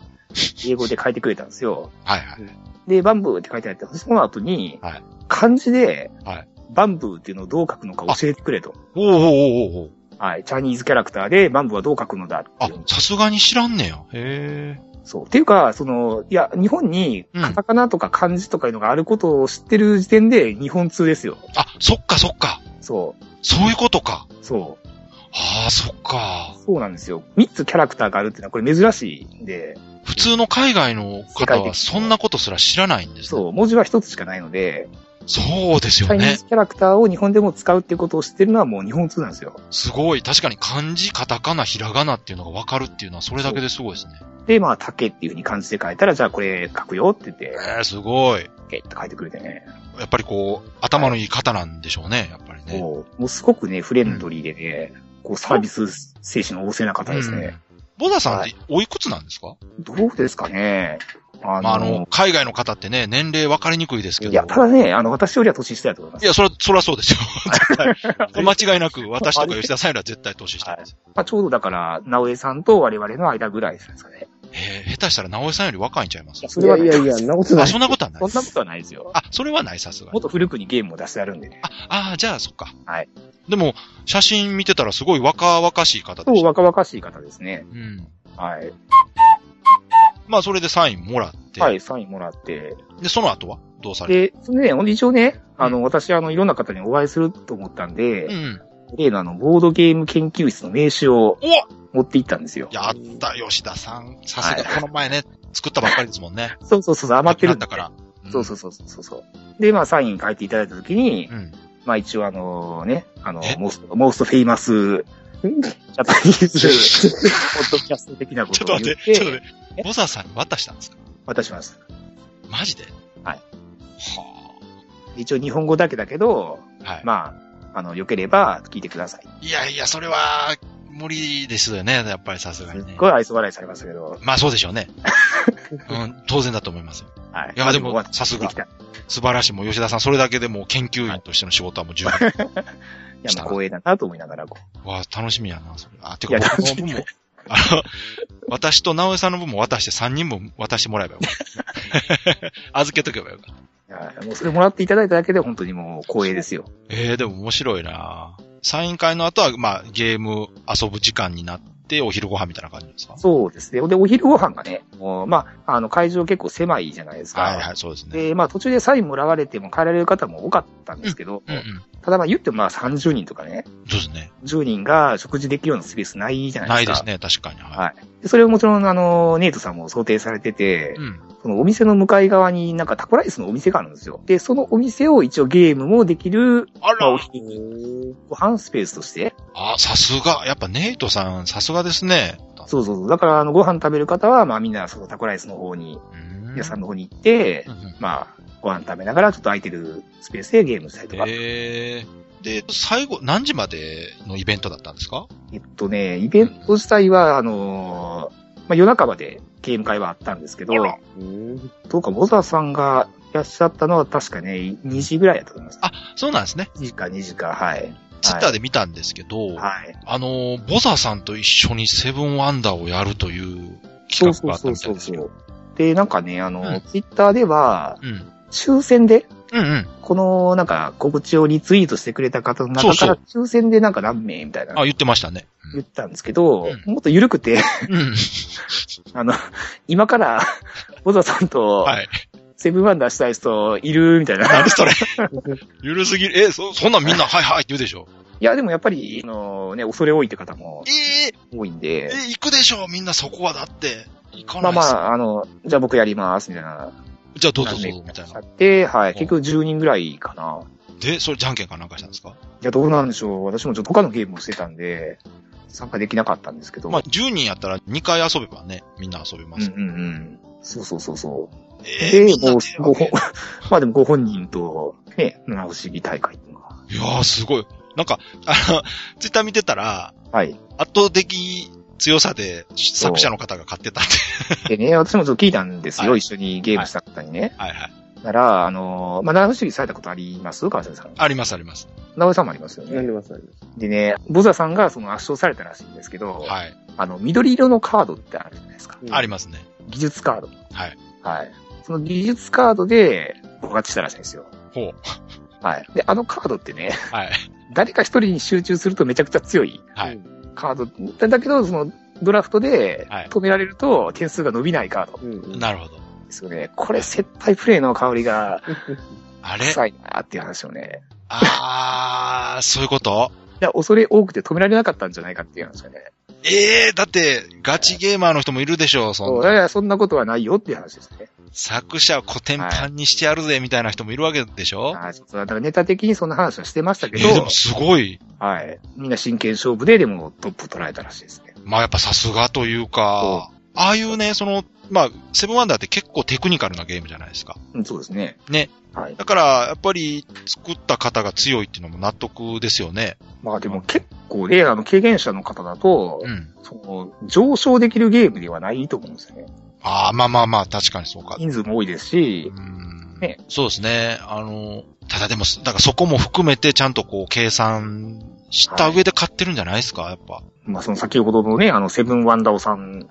Speaker 3: 英語で書いてくれたんですよ。
Speaker 2: はいはい。
Speaker 3: で、バンブーって書いてあって、その後に
Speaker 2: はい、
Speaker 3: 漢字で
Speaker 2: はい、
Speaker 3: バンブーっていうのをどう書くのか教えてくれと。
Speaker 2: おうおうおうおうおう
Speaker 3: はい。チャイニーズキャラクターでバンブーはどう書くのだって
Speaker 2: あ
Speaker 3: いう、
Speaker 2: さすがに知らんねや。へえ。
Speaker 3: そう。っていうか、その、いや、日本に
Speaker 2: うん
Speaker 3: カタカナとか漢字とかいうのがあることを知ってる時点で日本通ですよ。
Speaker 2: あ、そっかそっか。
Speaker 3: そ
Speaker 2: そういうことか。
Speaker 3: う。そう。
Speaker 2: ああ、そっか。
Speaker 3: そうなんですよ。3つキャラクターがあるっていうのはこれ珍しいんで、
Speaker 2: 普通の海外
Speaker 3: 世
Speaker 2: の方
Speaker 3: 界
Speaker 2: は
Speaker 3: 的
Speaker 2: そんなことすら知らないんですね。
Speaker 3: そう。文字は1つしかないので、
Speaker 2: そうです
Speaker 3: チ
Speaker 2: よ
Speaker 3: ャイニー
Speaker 2: ね。
Speaker 3: ズキャラクターを日本でも使うっていうことを知ってるのはもう日本通なんですよ。
Speaker 2: すごい。確かに漢字、カタカナ、ひらがなっていうのがわかるっていうのはそれだけですごいですね。
Speaker 3: で、まあ、竹っていう風に漢字で書いたら、じゃあこれ書くよって言って、
Speaker 2: ええすごい。
Speaker 3: えって書いてくれてね。
Speaker 2: やっぱりこう、頭のいい方なんでしょうね、やっぱりね。
Speaker 3: もう、もうすごくね、フレンドリーでね、こうサービス精神の旺盛な方ですね。
Speaker 2: うんボザさんっ
Speaker 3: は
Speaker 2: ておいくつなんですか、
Speaker 3: どうですかねあの、
Speaker 2: まあ、あの、海外の方ってね、年齢分かりにくいですけど。
Speaker 3: いや、ただね、あの、私よりは年下やと思いま
Speaker 2: い
Speaker 3: す。
Speaker 2: や、そら、そらそ うですよ。絶対。間違いなく、私とか吉田さんよりは絶対年下です。
Speaker 3: まあ、ちょうどだから、直江さんと我々の間ぐらいですかね。
Speaker 2: えー下手したら直江さんより若いんちゃいます
Speaker 3: いや、そ
Speaker 4: い
Speaker 3: れは
Speaker 4: や
Speaker 3: ね、
Speaker 4: いやいや、そんなことな
Speaker 2: あ、
Speaker 4: い。
Speaker 2: そんなことはない
Speaker 3: そ。んなことはないですよ。
Speaker 2: あ、それはない、さすが
Speaker 3: も
Speaker 2: に
Speaker 3: っ。と古くにゲームを出してあるんでね。
Speaker 2: ああ、じゃあ、そっか。
Speaker 3: はい。
Speaker 2: でも、写真見てたらすごい若々しい方で
Speaker 3: そう、
Speaker 2: した。
Speaker 3: 若々しい方ですね。
Speaker 2: うん。
Speaker 3: はい。
Speaker 2: まあ、それでサインもらって。
Speaker 3: はい、サインもらって。
Speaker 2: で、その後はどうされ
Speaker 3: で、それでね、一応ね、あの、私、あの、いろんな方にお会いすると思ったんで、
Speaker 2: るうん。
Speaker 3: 例のあの、ボードゲーム研究室の名刺を
Speaker 2: お
Speaker 3: 持って行ったんですよ。
Speaker 2: やった、吉田さん。さすが、この前ね、作ったばっかりですもんね。
Speaker 3: そうそうそうそう、余ってるん
Speaker 2: だから。。
Speaker 3: そうそううそうそうそう。で、まあ、サイン書いていただいたときに、
Speaker 2: うん。
Speaker 3: まあ一応あのね、あの
Speaker 2: え、
Speaker 3: モースト、モーストフェイマス、ジ ャパニーズ、ポッドキャスト的なこ
Speaker 2: ちょ
Speaker 3: と
Speaker 2: っと
Speaker 3: を
Speaker 2: 待
Speaker 3: 言
Speaker 2: っ、
Speaker 3: って
Speaker 2: ちょっと
Speaker 3: て、
Speaker 2: 待って。ボザさんに渡したんですか
Speaker 3: 渡します。
Speaker 2: マジで
Speaker 3: はい
Speaker 2: は
Speaker 3: 一応日本語だけだけど、
Speaker 2: あ。はい。
Speaker 3: まあ、あの、良ければ聞いてください。
Speaker 2: いやいや、それは、無理ですよね。やっぱりさすがにね。
Speaker 3: これは愛想笑いされましたけど、
Speaker 2: まあそうでしょ うね。うん、当然だと思いますよ。
Speaker 3: はい。
Speaker 2: いや、で
Speaker 3: ま
Speaker 2: も
Speaker 3: あ、
Speaker 2: さす
Speaker 3: で
Speaker 2: が
Speaker 3: き。た。い
Speaker 2: 素晴らしい。もう吉田さん、それだけでもう研究員としての仕事はもう十分。
Speaker 3: や、まあ光栄だなと思いながら、こう。
Speaker 2: わあ、楽しみやな、それ。あ、て
Speaker 3: い
Speaker 2: か
Speaker 3: や
Speaker 2: 僕
Speaker 3: 楽
Speaker 2: の
Speaker 3: しみ
Speaker 2: 分も、 あの、私と直江さんの分も渡して3人分渡してもらえばよ かった。 預けとけばよかった。
Speaker 3: いやもうそれもらっていただいただけで本当にもう光栄ですよ。
Speaker 2: ええでも面白いなサイン会の後は、まあ、ゲーム遊ぶ時間になって、お昼ご飯みたいな感じですか
Speaker 3: そうですね。で、お昼ご飯がね、もうまあ、あの、会場結構狭いじゃないですか。
Speaker 2: はいはい、そうですね。
Speaker 3: で、まあ、途中でサインもらわれても帰られる方も多かったんですけど、
Speaker 2: うんうん。
Speaker 3: ただまあ、言ってもまあ、30人とかね、
Speaker 2: そうですね。
Speaker 3: 10人が食事できるようなスペースないじゃな
Speaker 2: ないい
Speaker 3: で
Speaker 2: ですす
Speaker 3: か。
Speaker 2: ね、確かに。は
Speaker 3: はいでそれをもちろん、あの、ネイトさんも想定されてて
Speaker 2: い。、うん。
Speaker 3: そのお店の向かい側になんかタコライスのお店があるんですよ。で、そのお店を一応ゲームもできる、ま
Speaker 2: あ
Speaker 3: あ、
Speaker 2: ら
Speaker 3: お昼ご飯スペースとして、
Speaker 2: あ、さすが。やっぱネイトさん、さすがですね。
Speaker 3: そうそうそう。だから、あの、ご飯食べる方は、まあ、みんな、そのタコライスの方に、
Speaker 2: うん。
Speaker 3: 皆さんの方に行って
Speaker 2: う、んうん
Speaker 3: まあ、ご飯食べながら、ちょっと空いてるスペースでゲームしたりとか。
Speaker 2: ええで、最後、何時までのイベントだったんですか
Speaker 3: えっとね、イベント自体は、あのーまあ、夜中までゲーム会はあったんですけど、
Speaker 4: うん
Speaker 3: どうか、ボザさんがいらっしゃったのは確かね、2時ぐらいだったと思います。
Speaker 2: あ、そうなんですね。
Speaker 3: 1時か2時か、はい。
Speaker 2: ツイッターで見たんですけど、
Speaker 3: はい。
Speaker 2: あの、ボザさんと一緒にセブンワンダーをやるという
Speaker 3: そう
Speaker 2: 企画
Speaker 3: そ
Speaker 2: があ
Speaker 3: う
Speaker 2: った
Speaker 3: そう
Speaker 2: みた
Speaker 3: そ
Speaker 2: いうです
Speaker 3: そ
Speaker 2: よ。
Speaker 3: う。で、なんかね、あの、
Speaker 2: うん
Speaker 3: ツイッターでは、
Speaker 2: うん。
Speaker 3: 抽選で、
Speaker 2: うんうん。
Speaker 3: この、なんか、告知をリツイートしてくれた方の中から、抽選でなんか何名みたいな
Speaker 2: あ、、言ってましたね。
Speaker 3: 言ったんですけど、
Speaker 2: う
Speaker 3: もっと緩くて、
Speaker 2: うん。うん
Speaker 3: あの、今 から、小沢さんと、
Speaker 2: はい。
Speaker 3: セブンワンダーしたい人いるみたいな。
Speaker 2: 何それゆるすぎる。え、そ、そんなんみんな、はいはいって言うでしょ。
Speaker 3: いや、でもやっぱり、あのね、恐れ多いって方も
Speaker 2: ええ
Speaker 3: 多いん
Speaker 2: え
Speaker 3: で、
Speaker 2: 行くでしょみんなそこはだって。行か
Speaker 3: ま
Speaker 2: ない
Speaker 3: あ
Speaker 2: っす
Speaker 3: まあ、あの、じゃあ僕やります、みたいな。
Speaker 2: じゃあどうぞど
Speaker 3: 何
Speaker 2: う
Speaker 3: 名
Speaker 2: ぞ、みたい
Speaker 3: か
Speaker 2: な。
Speaker 3: って、はい。結局10人ぐらいかな。
Speaker 2: で、それじゃんけんかなんかしたんですか
Speaker 3: いや、どうなんでしょう。私もちょっと他のゲームをしてたんで、参加できなかったんですけど。
Speaker 2: まあ、10人やったら2回遊べばね、みんな遊べま
Speaker 3: うんう
Speaker 2: す。
Speaker 3: んうん。そうそうそうそう。
Speaker 2: ええみんな
Speaker 3: ご
Speaker 2: 手
Speaker 3: ご
Speaker 2: 挙げ
Speaker 3: 本、 まあでもご本人と、ね、七不思議大会っていうのが。
Speaker 2: いやー、すごい。なんか、あの、ツイッター見てたら、
Speaker 3: はい。
Speaker 2: 圧倒的強さで作者の方が買ってたんで。
Speaker 3: でね、私もちょっと聞いたんですよ。
Speaker 2: はい
Speaker 3: 一緒にゲームした方にね。
Speaker 2: はいはい。
Speaker 3: なら、あの、まあ、七不思議されたことあります川崎さん。
Speaker 2: ありますあります。
Speaker 3: 直江さんもありますよね。
Speaker 4: ります、あります。
Speaker 3: でね、ボザさんがその圧勝されたらしいんですけど、
Speaker 2: はい。
Speaker 3: あの、緑色のカードってあるじゃないですか。
Speaker 2: ありますね。
Speaker 3: 技術カード。
Speaker 2: はい。
Speaker 3: はい。その技術カードで、ご勝ちしたらしいんですよ。
Speaker 2: ほう。
Speaker 3: はい。で、あのカードってね、
Speaker 2: はい。
Speaker 3: 誰か一人に集中するとめちゃくちゃ強い
Speaker 2: はい。
Speaker 3: カード。だだけど、その、ドラフトで
Speaker 2: はい
Speaker 3: 止められると点数が伸びないカード
Speaker 4: うん。うん。
Speaker 2: なるほど。
Speaker 3: ですよね。これ、接待プレイの香りが
Speaker 2: あれ
Speaker 3: 臭いなっていう話をね。
Speaker 2: あー、そういうこと
Speaker 3: いや、恐れ多くて止められなかったんじゃないかっていう話がね。
Speaker 2: ええー、だって、ガチゲーマーの人もいるでしょう、そ
Speaker 3: そ
Speaker 2: ん
Speaker 3: う、いやい
Speaker 2: な。
Speaker 3: やそんなことはないよっていう話ですね。
Speaker 2: 作者をコテンパンにしてやるぜ、みたいな人もいるわけでしょ、
Speaker 3: ああ、そうだからネタ的にそんな話はしてましたけ
Speaker 2: え
Speaker 3: ど、
Speaker 2: ー、でもすご い。
Speaker 3: はい。みんな真剣勝負で、でもトップ取られたらしいですね。
Speaker 2: まあやっぱさすがというか、ああいうね、その、まあ、セブンワンダーって結構テクニカルなゲームじゃないですか。
Speaker 3: うん、そうですね。
Speaker 2: ね。
Speaker 3: はい。
Speaker 2: だから、やっぱり作った方が強いっていうのも納得ですよね。
Speaker 3: まあでも結構ね、あの、経験者の方だと、
Speaker 2: うん。
Speaker 3: その、上昇できるゲームではないと思うんですよね。
Speaker 2: ああ、まあまあまあ、確かにそうか。
Speaker 3: 人数も多いです
Speaker 2: う
Speaker 3: し、
Speaker 2: ん
Speaker 3: ね
Speaker 2: そうですね。あの、ただでも、だからそこも含めてちゃんとこう計算した上で買ってるんじゃないですか、やっぱ。
Speaker 3: まあその先ほどのね、あの、セブンワンダオさん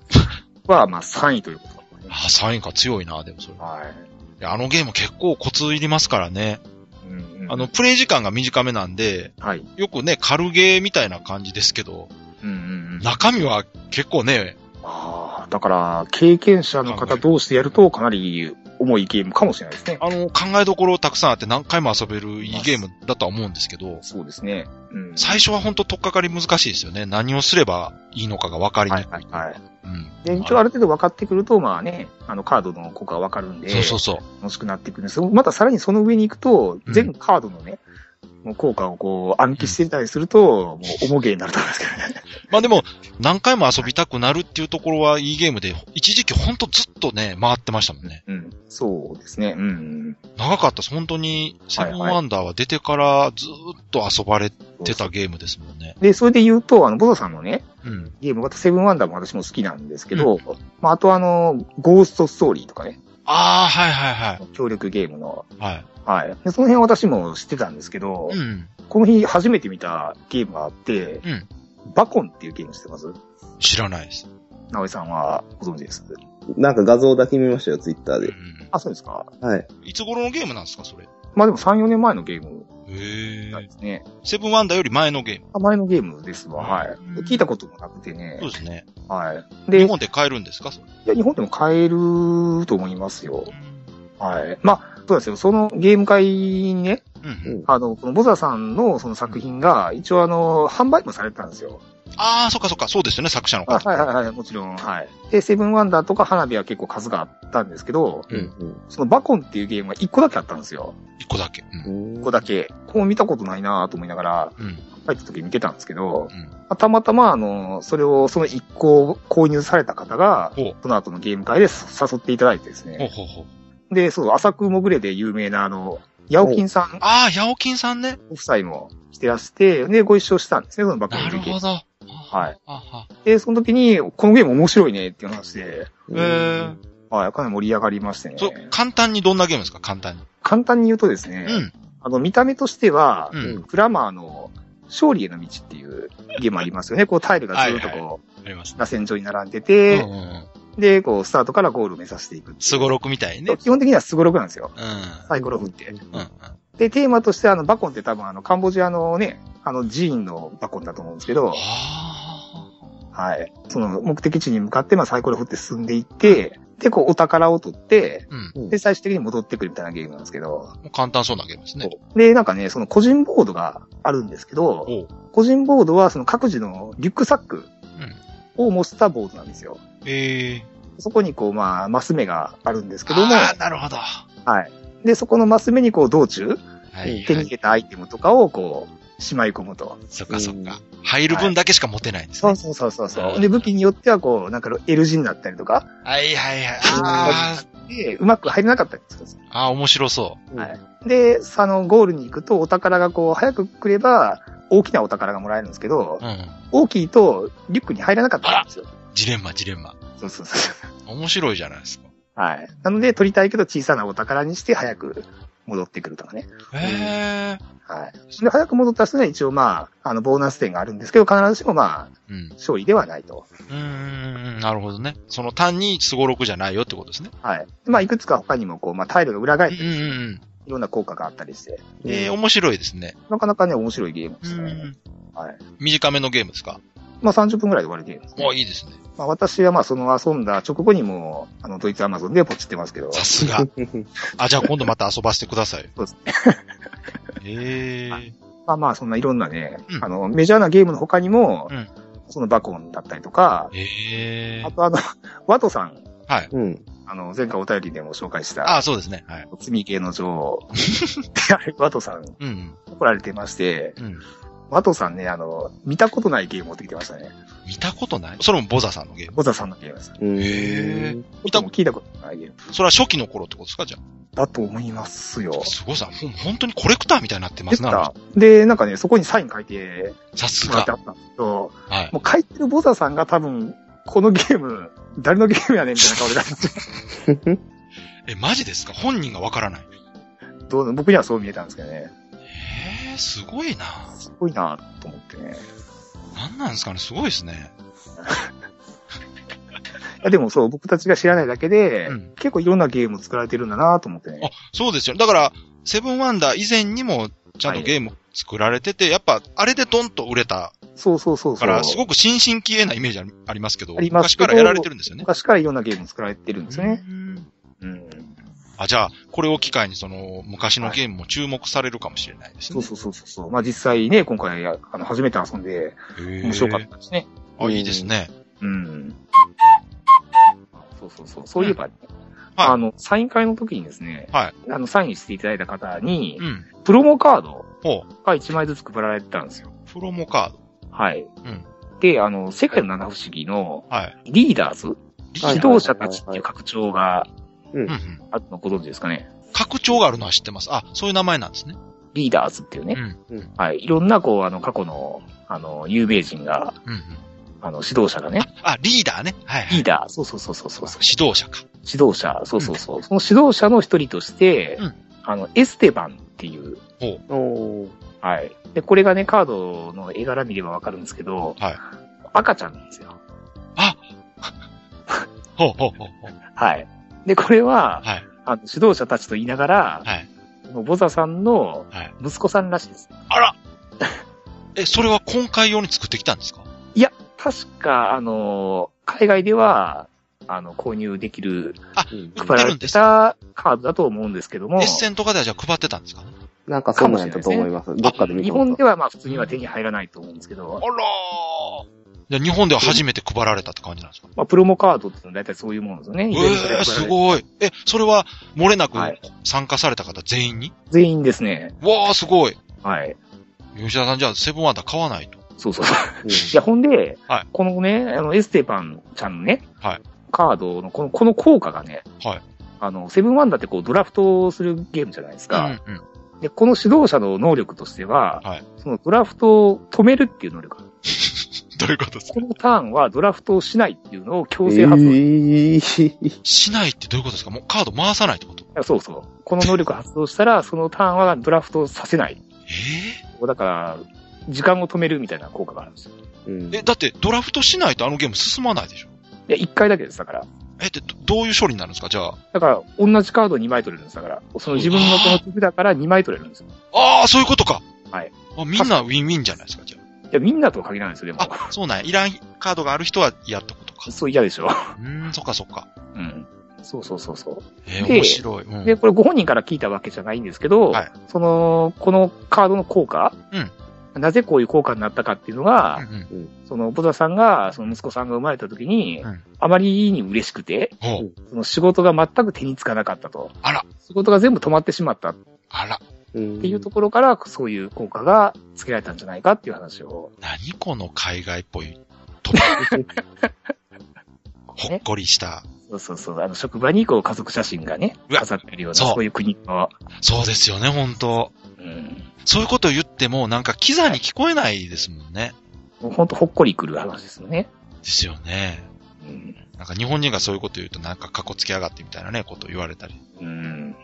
Speaker 3: は、まあ3位ということで、ね。
Speaker 2: ああ、サインか強いな、でもそれ。い
Speaker 3: はい。
Speaker 2: やあのゲーム結構コツいりますからね。
Speaker 3: うんうん
Speaker 2: あの、、プレイ時間が短めなんで、
Speaker 3: はい。
Speaker 2: よくね、軽ゲーみたいな感じですけど、
Speaker 3: うんうんうん。
Speaker 2: 中身は結構ね、
Speaker 3: ああ、だから、経験者の方同士でやるとかなり重いゲームかもしれないですね。
Speaker 2: あの、考えどころたくさんあって何回も遊べるいいゲームだとは思うんですけど、
Speaker 3: そうですね。うん。
Speaker 2: 最初は本当とっかかり難しいですよね。何をすればいいのかが分かり
Speaker 3: は
Speaker 2: に
Speaker 3: い
Speaker 2: くい。
Speaker 3: はいはい。
Speaker 2: うん。
Speaker 3: で、一応ある程度分かってくると、まあね、あのカードの効果が分かるんで、
Speaker 2: そうそうそう。
Speaker 3: 楽しくなっていくんですけど、またさらにその上に行くと、
Speaker 2: うん
Speaker 3: 全カードのね、もう効果をこう暗記してたりすると、もう重げになると思いますけどね。
Speaker 2: まあでも、何回も遊びたくなるっていうところはいいゲームで、一時期ほんとずっとね、回ってましたもんね。
Speaker 3: うん。そうですね。うん。
Speaker 2: 長かったです。本当に、セブンワンダーは出てからずっと遊ばれてたゲームですもんね。
Speaker 3: で、それで言うと、あの、ボドさんのね、
Speaker 2: うん。
Speaker 3: ゲーム、またセブンワンダーも私も好きなんですけど、まあ、あとあの、ゴーストストーリーとかね、
Speaker 2: ああ、はいはい
Speaker 3: 協力ゲームの、
Speaker 2: はい。はい。
Speaker 3: はい。で、その辺は私も知ってたんですけど、
Speaker 2: うん。
Speaker 3: この日初めて見たゲームがあって、
Speaker 2: うん
Speaker 3: バコンっていうゲームしてます
Speaker 2: 知らないです。
Speaker 3: 直江さんはご存知です。
Speaker 4: なんか画像だけ見ましたよ、ツイッター
Speaker 2: う
Speaker 4: で。
Speaker 2: ん。
Speaker 3: あ、そうですか。
Speaker 4: はい。
Speaker 2: いつ頃のゲームなんですか、それ。
Speaker 3: まあでも3、4年前のゲーム
Speaker 2: へ
Speaker 3: なん
Speaker 2: え。
Speaker 3: ですね。
Speaker 2: セブンワンダーより前のゲーム。
Speaker 3: あ前のゲームですわ。はい
Speaker 2: うん。
Speaker 3: 聞いたこともなくてね
Speaker 2: そう。ですね。
Speaker 3: はい。で、
Speaker 2: 日
Speaker 3: い
Speaker 2: 本で買えるんですか、それ。
Speaker 3: や日本でも買えると思いますよ。はい。まあ、そうなんですよ。そのゲーム会にね、
Speaker 2: うんう。
Speaker 4: うんん。
Speaker 3: あの、このボザさんのその作品が、一応あの、販売もされてたんですよ。
Speaker 2: ああ、そっかそっか、そうですよね、作者の
Speaker 3: あ
Speaker 2: 方。
Speaker 3: はいはいはい、もちろん。はい。で、セブンワンダーとか花火は結構数があったんですけど、
Speaker 2: う
Speaker 4: うん。
Speaker 3: そのバコンっていうゲームが1個だけあったんですよ。
Speaker 2: 一個だけ。うん。
Speaker 3: 1
Speaker 4: こ
Speaker 3: 個だけ。こう見たことないなぁと思いながら、
Speaker 2: うん。
Speaker 3: 入った時見てたんですけど、
Speaker 2: うん
Speaker 3: まあたまたま、あの、それを、その一個を購入された方が
Speaker 2: ほう、
Speaker 3: その後のゲーム会で誘っていただいてです
Speaker 2: ほう
Speaker 3: ね。
Speaker 2: ほうほう。
Speaker 3: で、そう、浅くもぐれで有名な、あの、ヤオキンさん
Speaker 2: ああ、ヤオキンさんね。
Speaker 3: 夫妻も来てらして、で、ご一緒したんですね、そのバック
Speaker 2: な
Speaker 3: の
Speaker 2: る
Speaker 3: 時
Speaker 2: ほど。は
Speaker 3: はい。
Speaker 2: は。
Speaker 3: で、その時に、このゲーム面白いねっていう話で、
Speaker 2: えー。
Speaker 3: はい、かなり盛り上がりましてね。
Speaker 2: そう、簡単にどんなゲームですか簡単に。
Speaker 3: 簡単に言うとですね、
Speaker 2: うん。
Speaker 3: あの、見た目としては
Speaker 2: う、ん。
Speaker 3: クラマーの勝利への道っていうゲームありますよね。こうタイルがずっと
Speaker 2: はい
Speaker 3: こう、
Speaker 2: ありますね。
Speaker 3: 螺旋状に並んでて、
Speaker 2: うんうん
Speaker 3: で、こう、スタートからゴールを目指していくっていう
Speaker 2: すごろくみたいね。
Speaker 3: 基本的にはスゴロクなんですよ。
Speaker 2: うん。
Speaker 3: サイコロ振って。
Speaker 2: うん。うん。
Speaker 3: で、テーマとして、あの、バコンって多分、あの、カンボジアのね、あの、寺院のバコンだと思うんですけど、
Speaker 2: あ
Speaker 3: はい。その、目的地に向かって、まあ、サイコロ振って進んでいって、で、こう、お宝を取って、
Speaker 2: ーうん。
Speaker 3: で、最終的に戻ってくるみたいなゲームなんですけど、
Speaker 2: もう簡単そうなゲームですね。
Speaker 3: で、なんかね、その、個人ボードがあるんですけど、
Speaker 2: おう。
Speaker 3: 個人ボードは、その、各自のリュックサック
Speaker 2: ん
Speaker 3: を模したボードなんですよ。
Speaker 2: ええ
Speaker 3: そこに、こう、まあ、マス目があるんです
Speaker 2: ー。
Speaker 3: けども、
Speaker 2: ああ、なるほど。は
Speaker 3: はい。で、そこのマス目に、こう、道中、
Speaker 2: い、
Speaker 3: 手に
Speaker 2: は
Speaker 3: 入
Speaker 2: い。
Speaker 3: れたアイテムとかを、こう、しまい込むと。
Speaker 2: そっかそっか。入る分だけしか持てないんです
Speaker 3: そ
Speaker 2: ね
Speaker 3: う。そうそうそう
Speaker 2: は
Speaker 3: そ。
Speaker 2: いう
Speaker 3: で、武器によっては、こう、なんか L 字になったりとか、
Speaker 2: はいはいはい。あ
Speaker 3: あで、うまく入れなかったりするんですよ
Speaker 2: あ、ああ、面白そう。
Speaker 3: はい。で、そのゴールに行くと、お宝がこう、早く来れば、大きなお宝がもらえるんですけど
Speaker 2: う、ん。
Speaker 3: 大きいと、リュックに入らなかったんですよ。
Speaker 2: ジレンマ、ジレンマ。
Speaker 3: そうそうそう。
Speaker 2: 面白いじゃないですか。
Speaker 3: はい。なので、取りたいけど、小さなお宝にして、早く戻ってくるとかね。
Speaker 2: へえ。
Speaker 3: はい。で、早く戻った人には一応、まあ、あの、ボーナス点があるんですけど、必ずしも、まあ、
Speaker 2: うん。
Speaker 3: 勝利ではないと。
Speaker 2: うーん、なるほどね。その単にスゴロクじゃないよってことですね。
Speaker 3: はい。まあ、いくつか他にも、こう、まあ、タイルが裏
Speaker 2: う
Speaker 3: 返っ
Speaker 2: ん
Speaker 3: て
Speaker 2: う、ん
Speaker 3: いろんな効果があったりして、
Speaker 2: うん。えー、面白いですね。
Speaker 3: なかなかね、面白いゲームで
Speaker 2: う
Speaker 3: すね。
Speaker 2: ん。
Speaker 3: はい。
Speaker 2: 短めのゲームですか
Speaker 3: まあ、30分くらいで終わるゲームですね
Speaker 2: おいいですね。
Speaker 3: まあ、私はまあその遊んだ直後にもう、あの、ドイツアマゾンでポチってますけど。
Speaker 2: さすが。あ、じゃあ今度また遊ばせてください。
Speaker 3: そうです
Speaker 2: ね。 えー、
Speaker 3: まあまあ、そんないろんなね、
Speaker 2: うん
Speaker 3: あの、メジャーなゲームの他にも、
Speaker 2: うん
Speaker 3: そのバコンだったりとか、
Speaker 2: え
Speaker 3: あ
Speaker 2: ー、
Speaker 3: とあの、 ワトさん、
Speaker 2: はい。
Speaker 4: うん。
Speaker 3: あの、前回お便りでも紹介した、
Speaker 2: ああ、そうですね。はい。
Speaker 3: 罪系の女王、 ワトさん、
Speaker 2: うん、
Speaker 3: 怒られてまして、
Speaker 2: うん。
Speaker 3: ワトさんね、あの、見たことないゲーム持ってきてましたね。
Speaker 2: 見たことないそれもボザさんのゲーム。
Speaker 3: ボザさんのゲームです。
Speaker 4: うん。
Speaker 2: へー見
Speaker 3: 見
Speaker 2: た
Speaker 3: たも聞いたことないゲーム。
Speaker 2: それは初期の頃ってことですかじゃ
Speaker 3: だと思いますよ
Speaker 2: あ。。すごいさ、ほん本当にコレクターみたいになってま
Speaker 3: です
Speaker 2: な。
Speaker 3: た。で、なんかね、そこにサイン書いて
Speaker 2: さす
Speaker 3: もらっ
Speaker 2: が
Speaker 3: て。あったんですけど、
Speaker 2: はい。
Speaker 3: もう書いてるボザさんが多分、このゲーム、誰のゲームやねんみたいな顔で出して、
Speaker 2: え、マジですか本人がわからない。
Speaker 3: どう僕にはそう見えたんですけどね。
Speaker 2: えー、すごいな。
Speaker 3: すごいなと思ってね。
Speaker 2: なんなんですかねすごいですね。
Speaker 3: いやでもそう、僕たちが知らないだけで、
Speaker 2: うん
Speaker 3: 結構いろんなゲーム作られてるんだなと思ってね
Speaker 2: あ。、そうですよ。だから、セブンワンダー以前にもちゃんと
Speaker 3: はい
Speaker 2: ゲーム作られてて、やっぱ、あれでドンと売れた
Speaker 3: そうそうそう
Speaker 2: か
Speaker 3: そう。
Speaker 2: ら、すごく新進気鋭なイメージありありますけど、
Speaker 3: あります
Speaker 2: 昔
Speaker 3: けど
Speaker 2: からやられてるんですよね。
Speaker 3: 昔からいろんなゲーム作られてるんですよね。
Speaker 2: うん
Speaker 3: うん。
Speaker 2: あ、じゃあ、これを機会にその、昔のゲームも注目されるかもしれないです
Speaker 3: そ
Speaker 2: ね
Speaker 3: う。そうそうそうそう。まあ実際ね、今回や、あの、初めて遊んで、
Speaker 2: へー
Speaker 3: 面白かったですね。
Speaker 2: あ、いいですね。
Speaker 3: うん。そうそうそう。そういえば、ね
Speaker 2: はい
Speaker 3: あの、サイン会の時にですね、
Speaker 2: はい
Speaker 3: あの、サインしていただいた方に、
Speaker 2: うん。
Speaker 3: プロモカード
Speaker 2: ほ
Speaker 3: が1枚ずつ配られてたんですよ。
Speaker 2: う。プロモカード。
Speaker 3: はい。
Speaker 2: うん
Speaker 3: で、あの、世界の七不思議の
Speaker 2: はい。
Speaker 3: リーダーズ、
Speaker 2: リ
Speaker 4: は
Speaker 2: ー
Speaker 4: い
Speaker 3: 指
Speaker 2: ダー
Speaker 3: 導者たちっていう拡張が
Speaker 2: うんうん。
Speaker 3: あるのご存知ですかね。
Speaker 2: 拡張があるのは知ってます。あ、そういう名前なんですね。
Speaker 3: リーダーズっていう
Speaker 2: う
Speaker 3: ね
Speaker 2: ん。。
Speaker 3: はい。いろんな、こう、あの、過去の、あの、有名人が、
Speaker 2: うんうん。
Speaker 3: あの、指導者がね、
Speaker 2: あ、リーダーね。はいはい。
Speaker 3: リーダー、そうそうそうそうそうそう、
Speaker 2: 指導者か。
Speaker 3: 指導者、そうそうそう、その指導者の一人として、
Speaker 2: うん
Speaker 3: あの、エステバンっていう、
Speaker 4: おー
Speaker 3: はい。で、これがね、カードの絵柄見ればわかるんですけど、
Speaker 2: はい
Speaker 3: 赤ちゃんなんですよ。
Speaker 2: ほうほうほうほう。
Speaker 3: はい。で、これは、
Speaker 2: はい。
Speaker 3: あの指導者たちと言いながら、
Speaker 2: はい。
Speaker 3: このボザさんの
Speaker 2: はい
Speaker 3: 息子さんらしいです。
Speaker 2: あらえ、それは今回用に作ってきたんですか
Speaker 3: 確か、あの、海外では、あの、購入できる、
Speaker 4: うん
Speaker 2: 売っ
Speaker 3: 配
Speaker 2: て
Speaker 3: ら
Speaker 2: る
Speaker 3: れ
Speaker 2: んで
Speaker 3: て
Speaker 2: す
Speaker 3: たカードだと思うんですけども
Speaker 2: エッ、センとかではじゃあ配ってたんですかね
Speaker 4: なんかそんなんやったと思います。どっかで見
Speaker 3: 日
Speaker 4: た
Speaker 3: 本で
Speaker 4: は。
Speaker 3: はまあ普通には手に入らないと思うんですけ
Speaker 2: あ
Speaker 3: ど
Speaker 2: ら、ーじゃあ日本では初めて配られたって感じなんですか
Speaker 3: まあプロモカードっていうのは大体そういうもんですよね。イベントで
Speaker 2: えー、
Speaker 3: 配ら
Speaker 2: す
Speaker 3: れる
Speaker 2: ごい。え、それは漏れなく
Speaker 3: はい
Speaker 2: 参加された方全員に、
Speaker 3: 全員ですね。
Speaker 2: わー、すごい。
Speaker 3: はい。
Speaker 2: 吉田さんじゃあセブンワンダー買わないと。
Speaker 3: そうそう。いや、ほんで、
Speaker 2: はい
Speaker 3: このね、あの、エステパンちゃんのね、
Speaker 2: はい
Speaker 3: カードのこの、この効果がね、
Speaker 2: はい
Speaker 3: あの、セブンワンダーってこう、ドラフトをするゲームじゃないです
Speaker 2: うん
Speaker 3: か。
Speaker 2: うん。
Speaker 3: で、この指導者の能力としては、
Speaker 2: はい
Speaker 3: そのドラフトを止めるっていう能力。
Speaker 2: どういうことですか
Speaker 3: このターンはドラフトをしないっていうのを
Speaker 4: う
Speaker 3: 強
Speaker 4: ん。
Speaker 3: 制発動、
Speaker 4: えー
Speaker 2: しないってどういうことですかもうカード回さないってこと
Speaker 3: そうそう。この能力発動したら、そのターンはドラフトをさせない。
Speaker 2: え
Speaker 3: だから、時間を止めるみたいな効果があるんですよ。
Speaker 4: うん
Speaker 2: ー、え、だってドラフトしないとあのゲーム進まないでしょ
Speaker 3: いや、一回だけです、だから。
Speaker 2: え、ってど、どういう処理になるんですかじゃあ。
Speaker 3: だから、同じカード2枚取れるんですだから、その自分のこの手札から2枚取れるんですよ。
Speaker 2: ああ、そういうことか。
Speaker 3: はい。
Speaker 2: あみんなウィンウィンじゃないですか、じゃ
Speaker 3: いや、みんなとは限らないですよ、でも。
Speaker 2: あ。あ、そうなんや。いらんカードがある人は嫌ってことか。
Speaker 3: そう嫌でしょ。
Speaker 2: うーん、そっかそっか。
Speaker 3: うん。そうそうそうそう。
Speaker 2: えー、
Speaker 3: で
Speaker 2: 面白い。うん
Speaker 3: で、これご本人から聞いたわけじゃないんですけど、
Speaker 2: はい
Speaker 3: その、このカードの効果、なぜこういう効果になったかっていうのが、
Speaker 2: うんうん
Speaker 3: その、ボザさんが、その息子さんが生まれた時に、
Speaker 2: うん
Speaker 3: あまりに嬉しくて、
Speaker 2: ほう
Speaker 3: その仕事が全く手につかなかったと。
Speaker 2: あら。
Speaker 3: 仕事が全部止まってしまったっ
Speaker 2: あら、
Speaker 4: って
Speaker 3: いうところから、そういう効果がつけられたんじゃないかっていう話を。
Speaker 2: 何この海外っぽい トピックほっこりした。
Speaker 3: そうそうそう。あの、職場にこう家族写真がね、
Speaker 2: うわ
Speaker 3: 飾ってるような、
Speaker 2: そう
Speaker 3: そういう国の。
Speaker 2: そうですよね、本当
Speaker 3: うん。
Speaker 2: そういうこと言っても、なんかキザに聞こえないですもんね。
Speaker 3: もうほんとほっこりくる話ですよね。
Speaker 2: ですよね。
Speaker 3: うん。
Speaker 2: なんか日本人がそういうこと言うと、なんかカッコつけやがってみたいなね、こと言われたり。
Speaker 3: うん。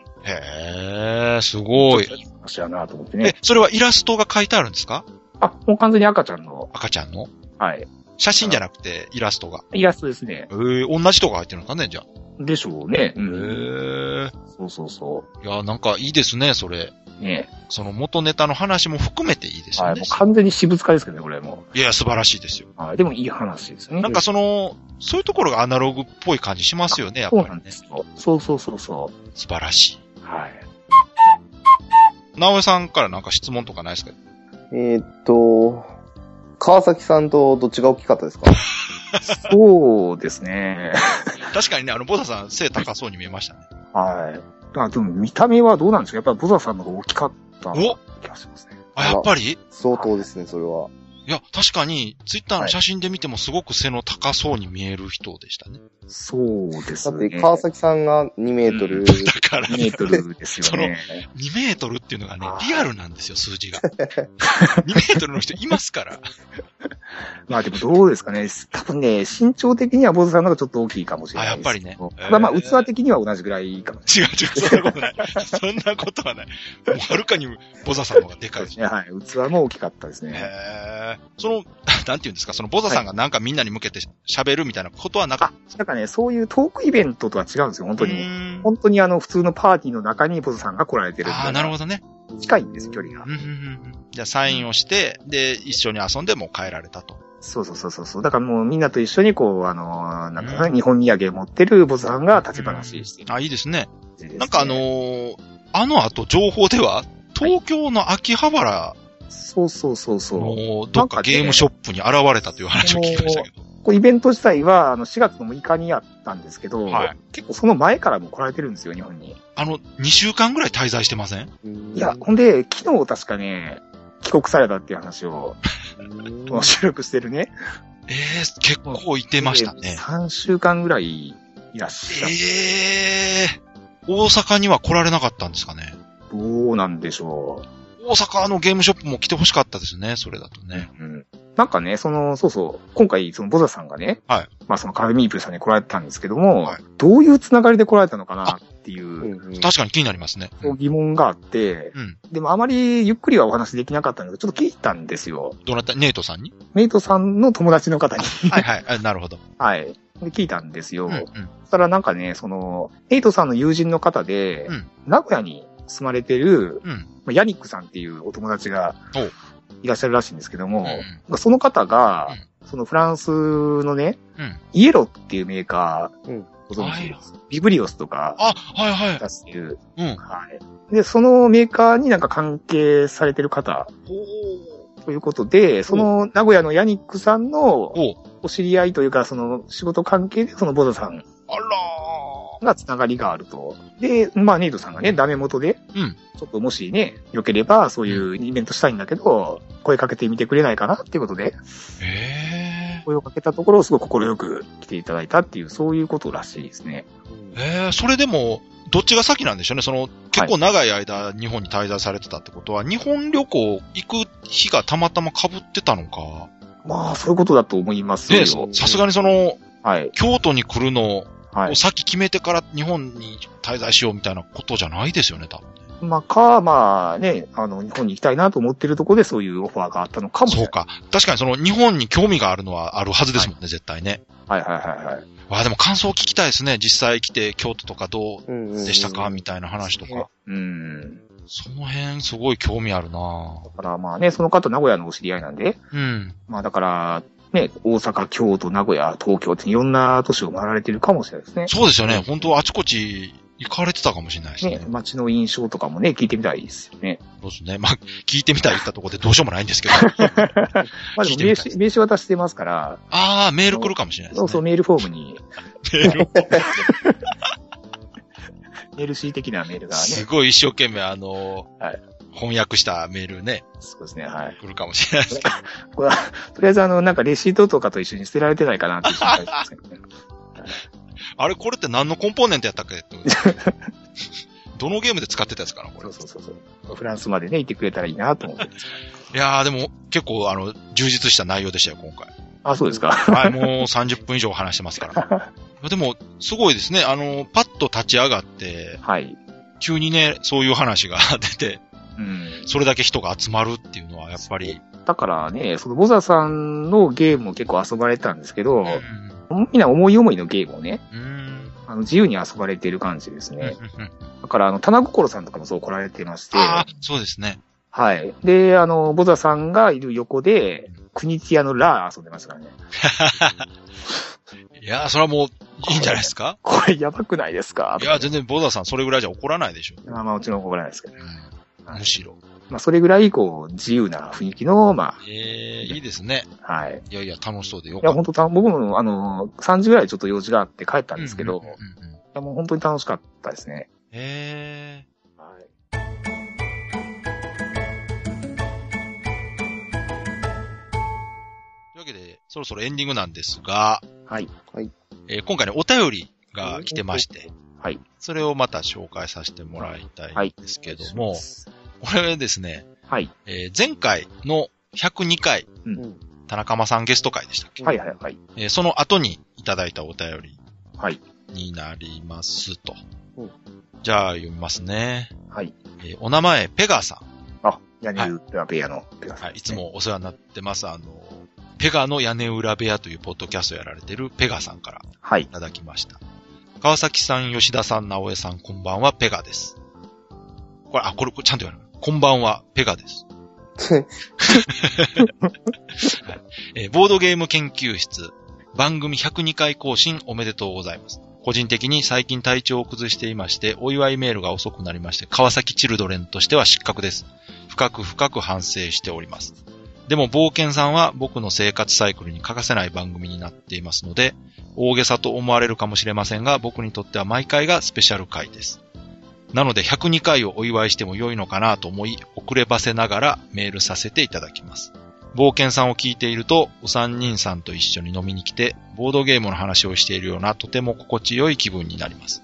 Speaker 2: へえ、すごい。
Speaker 3: 話やなと思って
Speaker 2: え
Speaker 3: ね。、
Speaker 2: それはイラストが書いてあるんですか
Speaker 3: あ、もう完全に赤ちゃんの、
Speaker 2: 赤ちゃんの
Speaker 3: はい。
Speaker 2: 写真じゃなくて、イラストが。
Speaker 3: イラストですね。
Speaker 2: えー、同じ人が入ってるんですかね、じゃあ。
Speaker 3: でしょうね。う
Speaker 2: へ
Speaker 3: ん。
Speaker 2: え。
Speaker 3: そうそうそ
Speaker 2: いや、なんかいいですね、それ。
Speaker 3: う。ね
Speaker 2: その元ネタの話も含めていいですよ
Speaker 3: はい。
Speaker 2: ね
Speaker 3: もう。完全に私物化ですけどね、これも
Speaker 2: いや、素晴らしいですよ。
Speaker 3: う。はい。でもいい話ですね
Speaker 2: な。んかその、そういうところがアナログっぽい感じしますよね、やっ
Speaker 3: そ
Speaker 2: ぱ
Speaker 3: うな
Speaker 2: り
Speaker 3: ん
Speaker 2: ね
Speaker 3: で。すよ。そうそうそうそ
Speaker 2: 素晴らし
Speaker 3: う。はい。
Speaker 2: い。直江さんからなんか質問とかないで すか
Speaker 4: えーっと、川崎さんとどっちが大きかったですか
Speaker 3: そうですね。
Speaker 2: 確かにね、あの、ボサさん背高そうに見えましたね。
Speaker 3: はい。あでも見た目はどうなんですかやっぱりボザさんの方が大きかった気
Speaker 2: お
Speaker 3: がしますね。
Speaker 2: あ、やっぱり
Speaker 4: 相当ですね、それは。
Speaker 2: いや、確かに、ツイッターの写真で見てもすごく背の高そうに見える人でしたね。
Speaker 3: そうです
Speaker 4: だって
Speaker 3: ね。
Speaker 4: 川崎さんが2メート ル、
Speaker 2: だから、
Speaker 3: 2
Speaker 2: 2
Speaker 3: メートルですよね。
Speaker 2: メートルっていうのがね
Speaker 3: は、い
Speaker 2: リアルなんですよ、数字 が。2メートルの人いますから。
Speaker 3: まあでもどうですかね。多分ね、身長的には坊主さんの方がちょっと大きいかもしれないですけど。
Speaker 2: あやっぱりね
Speaker 3: ただまあ
Speaker 2: えー
Speaker 3: 器的には同じぐらいかもし
Speaker 2: 違う違う、そんなことない。そんなことはない。もうはるかにボザさんの方がでか
Speaker 3: れ
Speaker 2: い
Speaker 3: ない
Speaker 2: で
Speaker 3: ですすね。はい。器も大きかったですね。
Speaker 2: へえ。その、 なんて言うんですか、そのボザさんがなんかみんなに向けて喋るみたいなことはなかっ
Speaker 3: あ、なんかね、そういうトークイベントとは違うんですよ、本
Speaker 2: た。
Speaker 3: 当
Speaker 2: う
Speaker 3: に。
Speaker 2: ーん
Speaker 3: 本当にあの、普通のパーティーの中にボズさんが来られてる
Speaker 2: ああ、なるほどね。
Speaker 3: ど。近いんですよ、距離が
Speaker 2: うん。うんうんうんじゃあサインをして、で、一緒に遊んでもう帰られたと。
Speaker 3: そうそうそうそうそう。だからもうみんなと一緒にこう、あのー、なんか
Speaker 2: う
Speaker 3: ね、日本土産持ってるボズさんが立ち話してる
Speaker 2: あ、いいですね。
Speaker 3: 感じですね、
Speaker 2: なんかあのーあの後情報では、東京の秋葉原
Speaker 3: そうそうそうそう。
Speaker 2: のどっかゲームショップに現れたという話を聞きましたけど。
Speaker 3: こうイベント自体は、あの、4月の6日にやったんですけど、
Speaker 2: はい
Speaker 3: 結構その前からもう来られてるんですよ、日本に。
Speaker 2: あの、2週間ぐらい滞在してません
Speaker 3: いや、ほんで、昨日確かね、帰国されたっていう話を、
Speaker 4: うん
Speaker 3: この 収録してるね。
Speaker 2: ええー、結構いてましたね。
Speaker 3: 3週間ぐらいいらっしゃる。
Speaker 2: ええー、大阪には来られなかったんですかね。
Speaker 3: どうなんでしょう。
Speaker 2: 大阪のゲームショップも来てほしかったですね、それだとね。
Speaker 3: うん。なんかね、その、そうそう、今回、その、ボザさんがね、
Speaker 2: はい
Speaker 3: まあ、その、カフェミープルさんに来られてたんですけども、
Speaker 2: はい
Speaker 3: どういうつながりで来られたのかなっていう、
Speaker 2: 確かに気になりますね。う
Speaker 3: こうん疑問があって、
Speaker 2: うん。
Speaker 3: でもあまりゆっくりはお話できなかったので、ちょっと聞いたんですよ。
Speaker 2: どなた、ネイトさんに
Speaker 3: メイトさんの友達の方に。
Speaker 2: はいはいあ。なるほど。
Speaker 3: はい。で聞いたんですよ。
Speaker 2: うんうん。
Speaker 3: そしたらなんかね、その、エイトさんの友人の方で、
Speaker 2: うん
Speaker 3: 名古屋に住まれてる、
Speaker 2: うん
Speaker 3: まあヤニックさんっていうお友達が
Speaker 2: おう
Speaker 3: いらっしゃるらしいんですけども、
Speaker 2: うん
Speaker 3: なんかその方が、そのフランスのね、
Speaker 2: うん。うん。
Speaker 3: イエロっていうメーカー、
Speaker 4: うん
Speaker 3: ご存
Speaker 2: は
Speaker 3: 知
Speaker 2: い
Speaker 3: です、ビブリオスとか
Speaker 2: あ、はいはい。
Speaker 3: 出してる、
Speaker 2: うん。
Speaker 3: はい。で、そのメーカーになんか関係されてる方ということで、その名古屋のヤニックさんの
Speaker 2: おう
Speaker 3: お知り合いというか、その仕事関係で、そのボザさん
Speaker 2: あら
Speaker 3: がつながりがあると。で、まあ、ネイトさんがね、ダメ元で、
Speaker 2: うん
Speaker 3: ちょっともしね、良ければ、そういうイベントしたいんだけど、声かけてみてくれないかなっていうことで、
Speaker 2: ー。え
Speaker 3: 声をかけたところ、すごく快く来ていただいたっていう、そういうことらしいですね。
Speaker 2: えー。えー、それでも、どっちが先なんでしょうね。その、結構長い間、日本に滞在されてたってことは、日本旅行行く日がたまたま被ってたのか。
Speaker 3: まあ、そういうことだと思いますよ
Speaker 2: で、。さすがにその、
Speaker 3: はい。
Speaker 2: 京都に来るのを
Speaker 3: はい。
Speaker 2: さっき決めてから日本に滞在しようみたいなことじゃないですよね、多分ね。
Speaker 3: まあ、か、まあね、あの、日本に行きたいなと思ってるところでそういうオファーがあったのかもしれ
Speaker 2: そ
Speaker 3: ない。
Speaker 2: うか。確かにその日本に興味があるのはあるはずですもんね、絶対ね。
Speaker 3: はいはいはいはい。
Speaker 2: わあ、でも感想聞きたいですね。実際来て京都とかどう
Speaker 4: うんうんうん
Speaker 2: でしたかみたいな話とか。
Speaker 3: うん。
Speaker 2: その辺すごい興味あるな
Speaker 3: だからまあね、その方名古屋のお知り合いなんで、
Speaker 2: うん。
Speaker 3: まあだから、ね、大阪、京都、名古屋、東京っていろんな都市を回られてるかもしれないですね。
Speaker 2: そうですよね。本当あちこち行かれてたかもしれないですね。
Speaker 3: ね、街の印象とかもね、聞いてみたいですよね。
Speaker 2: そうですね。まあ、聞いてみたい言ったとこでどうしようもないんで すけど。
Speaker 3: まあ
Speaker 2: 聞
Speaker 3: で
Speaker 2: い
Speaker 3: も名
Speaker 2: てみたい
Speaker 3: 刺、名刺渡してますから、
Speaker 2: ああ、メール来るかもしれないです
Speaker 3: そ
Speaker 2: ね。
Speaker 3: うそう、メールフォームに、
Speaker 2: メール
Speaker 3: メール C 的なメールがね、
Speaker 2: すごい一生懸命、あの、
Speaker 3: はい
Speaker 2: 翻訳したメールね、
Speaker 3: そうですね、はい。
Speaker 2: 来るかもしれない ですけど。
Speaker 3: これは、とりあえずあの、なんかレシートとかと一緒に捨てられてないかなって心配ですけどね。
Speaker 2: あれ、これって何のコンポーネントやった っけってどのゲームで使ってたやつかな、こ
Speaker 3: そ
Speaker 2: れ
Speaker 3: う。そうそうそう。フランスまでね、行ってくれたらいいなと思 って。
Speaker 2: いやー、でも、結構、あの、充実した内容でしたよ、今回。
Speaker 3: あ、そうですか。
Speaker 2: はい、もう30分以上話してますから。いやでも、すごいですね。あの、パッと立ち上がって、
Speaker 3: はい。
Speaker 2: 急にね、そういう話が 出て、
Speaker 3: うん。
Speaker 2: それだけ人が集まるっていうのは、やっぱり、
Speaker 3: だからね、そのボザさんのゲームを結構遊ばれてたんですけど
Speaker 2: うん、。
Speaker 3: みんな思い思いのゲームをね、
Speaker 2: うん
Speaker 3: あの自由に遊ばれてる感じです
Speaker 2: うんうん
Speaker 3: ね。
Speaker 2: うん
Speaker 3: だから、あの、棚心さんとかもそう来られてまして、
Speaker 2: ああ、そうですね。
Speaker 3: はい。で、あの、ボザさんがいる横で、クニティアのラー遊んでましたからね。
Speaker 2: いやー、それはもう、いいんじゃないですか
Speaker 3: これやばくないですか
Speaker 2: いや、全然、ボーダーさん、それぐらいじゃ怒らないでしょ。
Speaker 3: まあまあ、うちの子ぐらいですけど。
Speaker 2: むしろ。
Speaker 3: まあ、それぐらい、こう、自由な雰囲気の、ま
Speaker 2: ええいいですね。
Speaker 3: あ、はい。い
Speaker 2: いやいや、楽しそうでよか
Speaker 3: や、
Speaker 2: った。
Speaker 3: 本当た、僕も、あの、3時ぐらいちょっと用事があって帰ったんですけど、
Speaker 2: うんうんうんうん
Speaker 3: いや、もう本当に楽しかったですね。
Speaker 2: ええというわけで、そろそろエンディングなんですが、
Speaker 3: はい。
Speaker 2: えー今回ね、お便りが来てまして、
Speaker 3: はい。
Speaker 2: それをまた紹介させてもらいたいんですけども、これですね、
Speaker 3: はい。
Speaker 2: えー前回の102回、
Speaker 4: うん
Speaker 2: 田中間さんゲスト会でしたっけ、
Speaker 3: はいはいはい。
Speaker 2: えーその後にいただいたお便り
Speaker 3: はい。
Speaker 2: になりますと
Speaker 4: うん。
Speaker 2: じゃあ読みますね。
Speaker 3: はい。
Speaker 2: えーお名前、ペガーさん。
Speaker 3: あ、屋根裏部屋のペガさん、
Speaker 2: はい、いつ。もお世話になってます。あの、ペガの屋根裏部屋というポッドキャストをやられてるペガさんから
Speaker 3: はい
Speaker 2: い。ただきました。川崎さん、吉田さん、直江さん、こんばんは、ペガです。これ、あ、これ、これちゃんと言わない。こんばんは、ペガです。えーボードゲーム研究室、番組102回更新おめでとうございます。個人的に最近体調を崩していまして、お祝いメールが遅くなりまして、川崎チルドレンとしては失格です。深く深く反省しております。でも冒険さんは僕の生活サイクルに欠かせない番組になっていますので、大げさと思われるかもしれませんが、僕にとっては毎回がスペシャル回です。なので102回をお祝いしても良いのかなと思い、遅ればせながらメールさせていただきます。冒険さんを聞いていると、お三人さんと一緒に飲みに来て、ボードゲームの話をしているようなとても心地よい気分になります。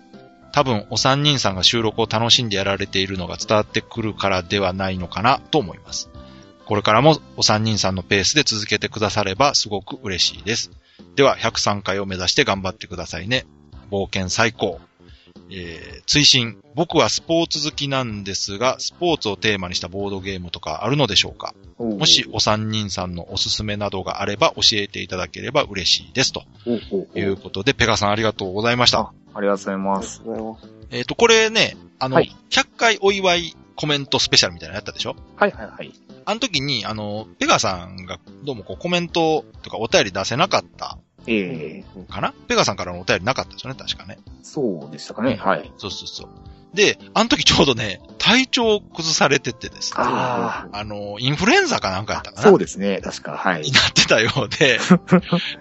Speaker 2: 多分、お三人さんが収録を楽しんでやられているのが伝わってくるからではないのかなと思います。これからもお三人さんのペースで続けてくださればすごく嬉しいです。では、103回を目指して頑張ってくださいね。冒険最高。えー、追伸。僕はスポーツ好きなんですが、スポーツをテーマにしたボードゲームとかあるのでしょうかも
Speaker 3: も
Speaker 2: し、お三人さんのおすすめなどがあれば教えていただければ嬉しいです。と
Speaker 3: おうおうおう
Speaker 2: いうことで、ペガさんありがとうございました。
Speaker 3: あありがとうござい
Speaker 4: あ
Speaker 3: ま
Speaker 4: り
Speaker 3: す。
Speaker 4: がとうございます。
Speaker 2: えっ、と、これね、あの、
Speaker 3: はい
Speaker 2: 100回お祝いコメントスペシャルみたいなのやったでしょ
Speaker 3: はいはいはい。
Speaker 2: あの時に、あの、ペガさんがどうもこうコメントとかお便り出せなかった
Speaker 3: ええ
Speaker 2: かなペガさんからのお便りなかったですよね、確かね。
Speaker 3: そうでしたかね。はい。
Speaker 2: そうそうそう。で、あの時ちょうどね、体調を崩されててですね、
Speaker 3: あ
Speaker 2: あの、インフルエンザかなんかやったかな
Speaker 3: そうですね。確か。はい
Speaker 2: に。なってたよう で、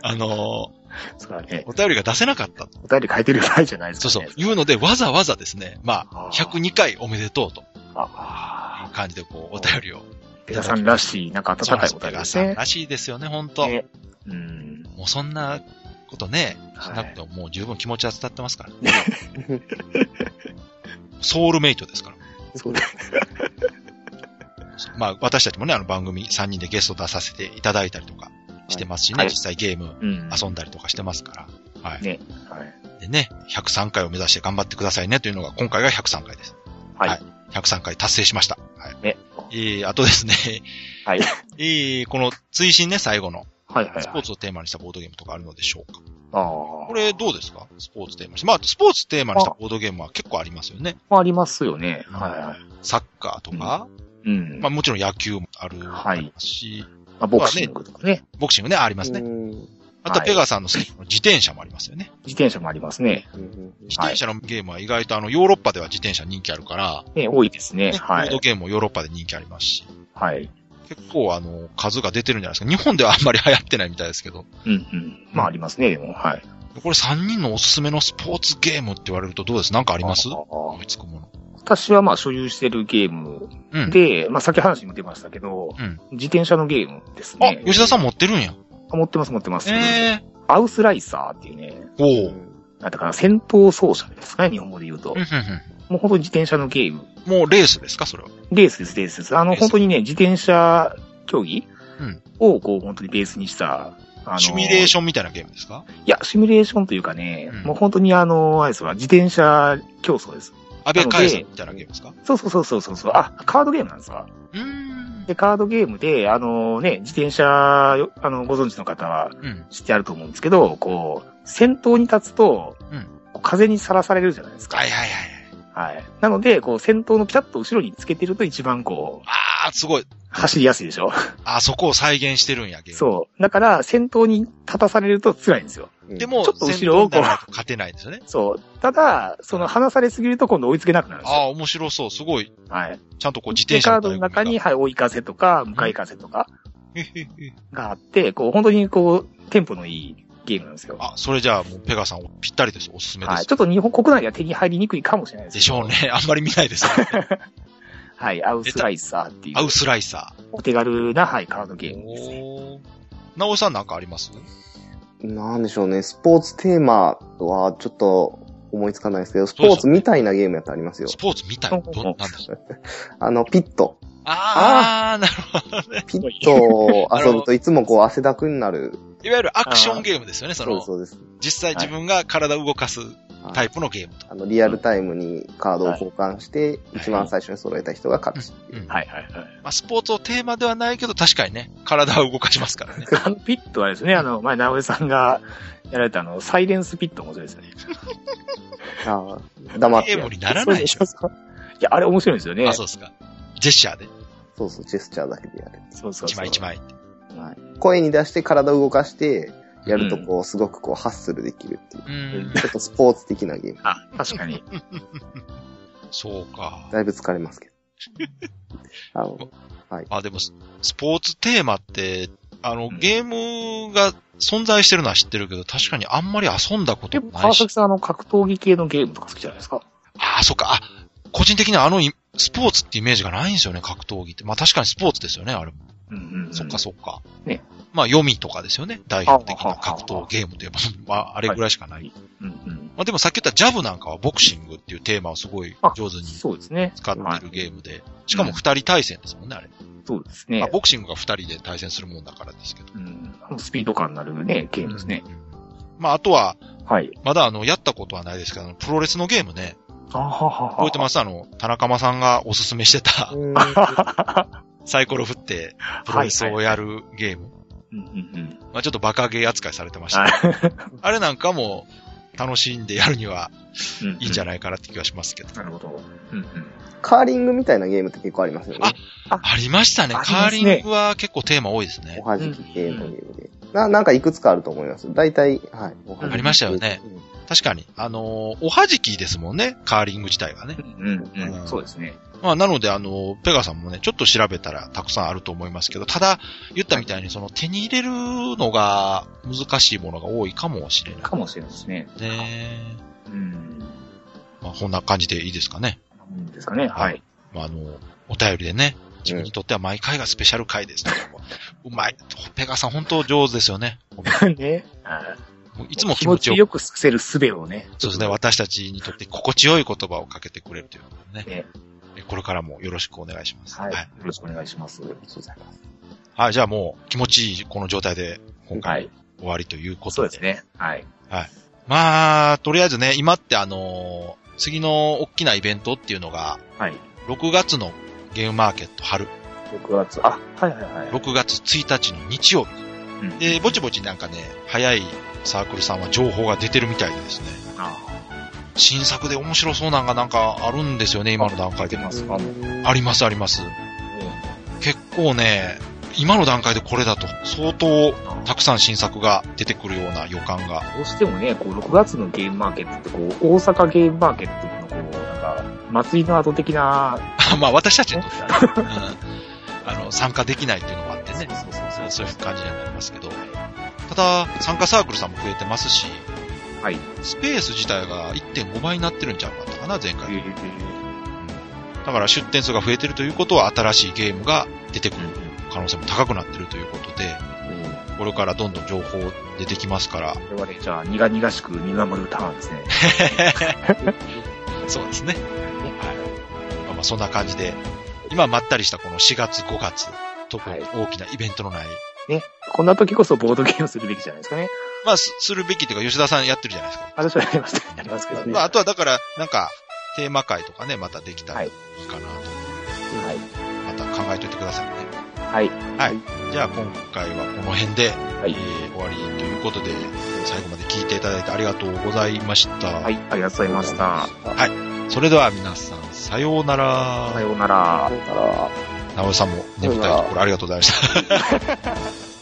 Speaker 2: あの、
Speaker 3: それはね、
Speaker 2: お便りが出せなかった
Speaker 3: お便り書いてる場合じゃないです
Speaker 2: そう
Speaker 3: か
Speaker 2: そう
Speaker 3: ね。。
Speaker 2: いうので、わざわざですね、まあ、
Speaker 3: あー
Speaker 2: 102回おめでとうとい
Speaker 3: あ
Speaker 2: う感じで、こう、お便りを。
Speaker 3: あ。ペガさんらしい、なんか温かいお便り
Speaker 2: が
Speaker 3: です
Speaker 2: さん
Speaker 3: ね。
Speaker 2: らしいですよね、本当
Speaker 3: ねうん。
Speaker 2: もうそんなことね、し
Speaker 3: はい
Speaker 2: なくてももう十分気持ちは伝わって ますから。ソウルメイトですから。
Speaker 4: そうです
Speaker 2: まあ、私たちもね、あの番組3人でゲスト出させていただいたりとかしてますしね、
Speaker 3: はい
Speaker 2: 実際ゲーム
Speaker 3: うん。
Speaker 2: 遊んだりとかしてますから。はい。
Speaker 3: ね。はい。
Speaker 2: でね、103回を目指して頑張ってくださいねというのが今回が103回です。
Speaker 3: はい。
Speaker 2: はい103回達成しました。はい。
Speaker 3: ね
Speaker 2: えー、あとですね、
Speaker 3: はい。
Speaker 2: えー、この追伸ね、最後の、
Speaker 3: はい はい
Speaker 2: スポーツをテーマにしたボードゲームとかあるのでしょうか
Speaker 3: ああ。
Speaker 2: これどうですかスポーツテーマにしまあ、スポーツテーマにしたボードゲームは結構ありますよね。
Speaker 3: もありますよね。はいはい。
Speaker 2: サッカーとか、
Speaker 3: うん。
Speaker 2: ま
Speaker 3: ま
Speaker 2: あもちろん野球もある
Speaker 3: はい
Speaker 2: し、
Speaker 3: あ、ボクシングとかね。
Speaker 2: ボクシングね、ありますね。
Speaker 4: うん
Speaker 2: あとは
Speaker 3: はい
Speaker 2: ペガさんの好きな自転車もありますよね。
Speaker 3: 自転車もありますね。
Speaker 4: うん
Speaker 2: 自転車のゲームは意外とあのヨーロッパでは自転車人気あるから、
Speaker 3: ね、多いですね。
Speaker 2: ね
Speaker 3: は
Speaker 2: ボード
Speaker 3: い。
Speaker 2: ゲームもヨーロッパで人気ありますし、
Speaker 3: はい。
Speaker 2: 結構あの数が出てるんじゃないですか。日本ではあんまり流行ってないみたいですけど、
Speaker 3: うんうん。まあありますね、でも。はい。
Speaker 2: これ3人のおすすめのスポーツゲームって言われるとどうですなんかあ
Speaker 3: あ
Speaker 2: ります
Speaker 3: ー
Speaker 2: 思いつくもの。
Speaker 3: 私はまあ所有してるゲーム
Speaker 2: うん。
Speaker 3: で、まあさっき話にも出ましたけど、
Speaker 2: うん
Speaker 3: 自転車のゲームです
Speaker 2: あ、
Speaker 3: ね。
Speaker 2: 吉田さん持ってるんや。
Speaker 3: あ持ってます持ってます。
Speaker 2: ええ
Speaker 3: アウスライサーっていうね、
Speaker 2: お
Speaker 4: う
Speaker 2: おう。
Speaker 4: ん
Speaker 3: なんだから戦闘奏者ですかね、日本語で言うと
Speaker 2: うんう。ん
Speaker 3: もう本当に自転車のゲーム。
Speaker 2: うんもうレースですかそれは。
Speaker 3: レースです、レースです。あ
Speaker 2: レ
Speaker 3: の
Speaker 2: ース
Speaker 3: 本当にね、自転車競技
Speaker 2: うん
Speaker 3: をこう本当にベースにした、あの
Speaker 2: シミュレー
Speaker 3: ョン
Speaker 2: ションみたいなゲームですか
Speaker 3: いや、シミュレーションというかね、
Speaker 2: うん
Speaker 3: もう本当にあの、あれですわ、自転車競争です。
Speaker 2: 安倍海さんみたいなゲームですか
Speaker 3: そうそうそうそうそうそう。あ、カードゲームなんですわ。
Speaker 2: うーん。
Speaker 3: で、カードゲームで、あのね、自転車よ、あの、ご存知の方は
Speaker 2: うん。
Speaker 3: 知ってあると思うんですけど、こう、先頭に立つと、
Speaker 2: うん
Speaker 3: こう風にさらされるじゃないですか。
Speaker 2: はいはいはい。
Speaker 3: はい。なので、こう、先頭のピタッと後ろにつけてると一番こう、
Speaker 2: あー、すごい。
Speaker 3: 走りやすいでしょ。
Speaker 2: あそこを再現してるんや、ゲーム。
Speaker 3: そう。だから、先頭に立たされると辛いんですよ。
Speaker 4: うん
Speaker 2: でも、
Speaker 3: ちょっと後ろをこう
Speaker 2: 先頭にならないと勝てないんですよね。
Speaker 3: そう。ただ、その離されすぎると今度追いつけなくなるんです
Speaker 2: あ
Speaker 3: よ。
Speaker 2: ー、面白そう。すごい。
Speaker 3: はい。
Speaker 2: ちゃんとこう自
Speaker 3: で、
Speaker 2: 転車
Speaker 3: カー
Speaker 2: みた
Speaker 3: ド
Speaker 2: い
Speaker 3: の
Speaker 2: な
Speaker 3: 中に、
Speaker 2: 動
Speaker 3: はい、追い風とか、向かい風とか
Speaker 2: きが。へへへ
Speaker 3: があって、こう、本当にこう、テンポのいいゲームなんですよ。
Speaker 2: あ、それじゃあ、もうペガさんぴったりです。おすすめで
Speaker 3: はい。
Speaker 2: す
Speaker 3: ちょ。っと日本国内では手に入りにくいかもしれないです
Speaker 2: で
Speaker 3: けど
Speaker 2: しょう。ね。 あんまり見な いですね。
Speaker 3: はい。アウスライサーってい
Speaker 2: ア
Speaker 3: う
Speaker 2: ウ、スライサ
Speaker 3: お手軽な、はい、カードゲ
Speaker 2: ー。
Speaker 3: ームですね。
Speaker 2: おー。なおさんなんかあります
Speaker 4: なんでしょうね。スポーツテーマはちょっと思いつかないですけど、スポーツみたいなゲームやってありますよ
Speaker 2: ス。ポーツみたいな。どなんだ
Speaker 4: あの、ピ ット。
Speaker 2: あー、なるほど。
Speaker 4: ピットを遊ぶといつもこう汗だくになる。
Speaker 2: いわゆるアクションゲームですよね、そ
Speaker 4: そうで
Speaker 2: の
Speaker 4: す、、そうです。
Speaker 2: 実際自分が体を動かすタイプのゲームと。
Speaker 4: あの、リアルタイムにカードを交換して、
Speaker 2: はい
Speaker 4: 一番最初に揃えた人が勝ち。
Speaker 2: うんま
Speaker 3: はいはいはい。
Speaker 2: あ、スポーツをテーマではないけど、確かにね、体を動かしますからね。
Speaker 3: あの、ピットはですね、あの、前、直江さんがやられたあの、サイレンスピット面白いですよね。
Speaker 4: ああ黙って
Speaker 2: ゲ
Speaker 4: や
Speaker 2: ーム
Speaker 4: る。
Speaker 2: にならないでし
Speaker 3: そうそうそういや、あれ面白いんですよね。
Speaker 2: ょ。あ、そうですか。ジェスチャーで、
Speaker 4: そうそう、ジェスチャーだけでやる。
Speaker 3: そうそうそう。
Speaker 2: 一枚一枚。
Speaker 4: はい、声に出して体を動かして、やるとこう、すごくこう、ハッスルできるっていう。
Speaker 2: うーん
Speaker 4: ちょっとスポーツ的なゲーム。
Speaker 3: あ、確かに。
Speaker 2: そうか。
Speaker 4: だいぶ疲れますけ ど。あの
Speaker 2: まあでもス、スポーツテーマって、あの、
Speaker 3: うん
Speaker 2: ゲームが存在してるのは知ってるけど、確かにあんまり遊んだこ
Speaker 3: で
Speaker 2: とも
Speaker 3: も、
Speaker 2: ない
Speaker 3: 川
Speaker 2: し
Speaker 3: 崎。さん、あの、格闘技系のゲームとか好きじゃないですか。
Speaker 2: ああ、そっか。あ、個人的にはあのイ、スポーツってイメージがないんですよね、格闘技って。まあ確かにスポーツですよね、あれも。
Speaker 3: うんうん、うん。
Speaker 2: そっかそっか。
Speaker 3: ね。
Speaker 2: まあ、読みとかですよね。代表的
Speaker 3: あは
Speaker 2: な
Speaker 3: はは
Speaker 2: 格闘ゲームといえば、 まあ、あれぐらいしかない。
Speaker 3: はいうんうん。
Speaker 2: まあ、でもさっき言ったジャブなんかはボクシングっていうテーマをすごい上手に
Speaker 3: そうですね。
Speaker 2: 使ってるゲームで。しかも二人対戦ですもんね、あれ。
Speaker 3: そうです
Speaker 2: ま
Speaker 3: ね
Speaker 2: あ、。ボクシングが二人で対戦するもんだからですけど。
Speaker 3: うん。スピード感のあるね、ゲームですね。
Speaker 2: うん。まあ、あとは、
Speaker 3: はい。
Speaker 2: まだあの、やったことはないですけど、プロレスのゲームね。
Speaker 3: あははは。。
Speaker 2: 覚えてますすあの、田中間さんがおすすめしてた、
Speaker 4: うん
Speaker 2: サイコロ振って、プロレスをやるゲーム。
Speaker 3: うんうん
Speaker 2: まあ、ちょっとバカゲー扱いされてま したけど。
Speaker 3: う
Speaker 2: あれなんかも、楽しんでやるには、
Speaker 3: ん。
Speaker 2: いいんじゃ
Speaker 3: ない
Speaker 2: ないかなって気がしますけど。
Speaker 3: なるほど。うんうん。
Speaker 4: カーリングみたいなゲームって結構ありますよね。
Speaker 2: ありましたね。
Speaker 3: あり
Speaker 2: カー
Speaker 3: ますね
Speaker 2: リングは結構テーマ多いですね
Speaker 4: お。はじき系のゲームで。ななんかいくつかあると思います。大体、はい。おはじき
Speaker 2: ありましたよね。
Speaker 4: うん
Speaker 2: 確かに。あのーおはじきですもんね。カーリング自体がね。
Speaker 3: うんうん
Speaker 2: う
Speaker 3: うんん。そうですね。
Speaker 2: まあ、なので、あのーペガさんもね、ちょっと調べたらたくさんあると思いますけど、ただ、言ったみたいに、その手に入れるのが難しいものが多いかもしれな
Speaker 3: かもしれないですね。
Speaker 2: いね。
Speaker 3: うん。
Speaker 2: まあ、こんな感じでいいですかね。
Speaker 3: うんですかね。はい。
Speaker 2: まあ、あのーお便りでね、自分にとっては毎回がスペシャル回ですけども。うまい。ペガさん本当上手ですよね。
Speaker 3: ね。はい
Speaker 2: もういつも気
Speaker 3: 気
Speaker 2: 持
Speaker 3: 持
Speaker 2: ち
Speaker 3: ち
Speaker 2: よく。
Speaker 3: よくさせる術をね。
Speaker 2: そうですね。私たちにとって心地よい言葉をかけてくれるということでね。
Speaker 3: ね。
Speaker 2: えこれからもよろしくお願いします。
Speaker 3: はい。
Speaker 2: は
Speaker 3: よ
Speaker 2: い。
Speaker 3: ろしくお願いします。ありがとうございます。
Speaker 2: はいじゃあもう気持ちいいこの状態で今
Speaker 3: は
Speaker 2: 回
Speaker 3: い。
Speaker 2: 終わりということ
Speaker 3: そう
Speaker 2: で。
Speaker 3: ですね。はい。
Speaker 2: まあ、とりあえずね、今ってあのー次の大きなイベントっていうのが、
Speaker 3: はい。
Speaker 2: 6月のゲームマーケット春、
Speaker 3: 6月。あ、はいはいはい。
Speaker 2: 6月1日の日曜日。
Speaker 3: うん
Speaker 2: で、ぼちぼちなんかね、早いサークルさんは情報が出てるみたいでですね。
Speaker 3: あ
Speaker 2: 新作で面白そうなんがなんかあるんですよね、今の段階で。
Speaker 3: あ
Speaker 2: あ
Speaker 3: そうな
Speaker 2: りますあります。結構ね、今の段階でこれだと相当たくさん新作が出てくるような予感 が。
Speaker 3: どうしてもね、こう、6月のゲームマーケットって、こう、大阪ゲームマーケットの、こう、なんか、祭りの後的な、
Speaker 2: まあ私たちにとってはね、うんあの、参加できないっていうのもあってね。
Speaker 3: そうそうそう
Speaker 2: そういう感じにはなりますけど。ただ、参加サークルさんも増えてますし、
Speaker 3: はい。
Speaker 2: スペース自体が1.5倍になってるんちゃうかったかな、前回。
Speaker 3: えー
Speaker 2: だから出店数が増えてるということは、新しいゲームが出てくる可能性も高くなってるということで、これからどんどん情報出てきますから、
Speaker 3: 我々、じゃあ、苦々しく見守るターンですね。
Speaker 2: そうですね。はい。まあまあ、そんな感じで、今まったりしたこの4月、5月、特に大きなイベントのない、
Speaker 3: ね。こんな時こそボードゲームするべきじゃないですかね。
Speaker 2: まあ、すするべきというか、吉田さんやってるじゃないですか。
Speaker 3: 私はやります、やります けどね。
Speaker 2: まあ、
Speaker 3: は
Speaker 2: あとはだから、なんか、テーマ会とかね、またできたら
Speaker 3: はいい
Speaker 2: いかな
Speaker 3: はい。
Speaker 2: と、また考えておいてくださいね。
Speaker 3: はい。
Speaker 2: じゃあ、今回はこの辺で、
Speaker 3: はい
Speaker 2: えー終わりということで、最後まで聞いていただいてありがとうございました。
Speaker 3: はい。ありがとうございました。
Speaker 2: それでは皆さん、さようなら
Speaker 3: さ。ようなら
Speaker 4: だ。か
Speaker 2: な
Speaker 4: ら、
Speaker 2: おさんも眠たいところありがとうございました。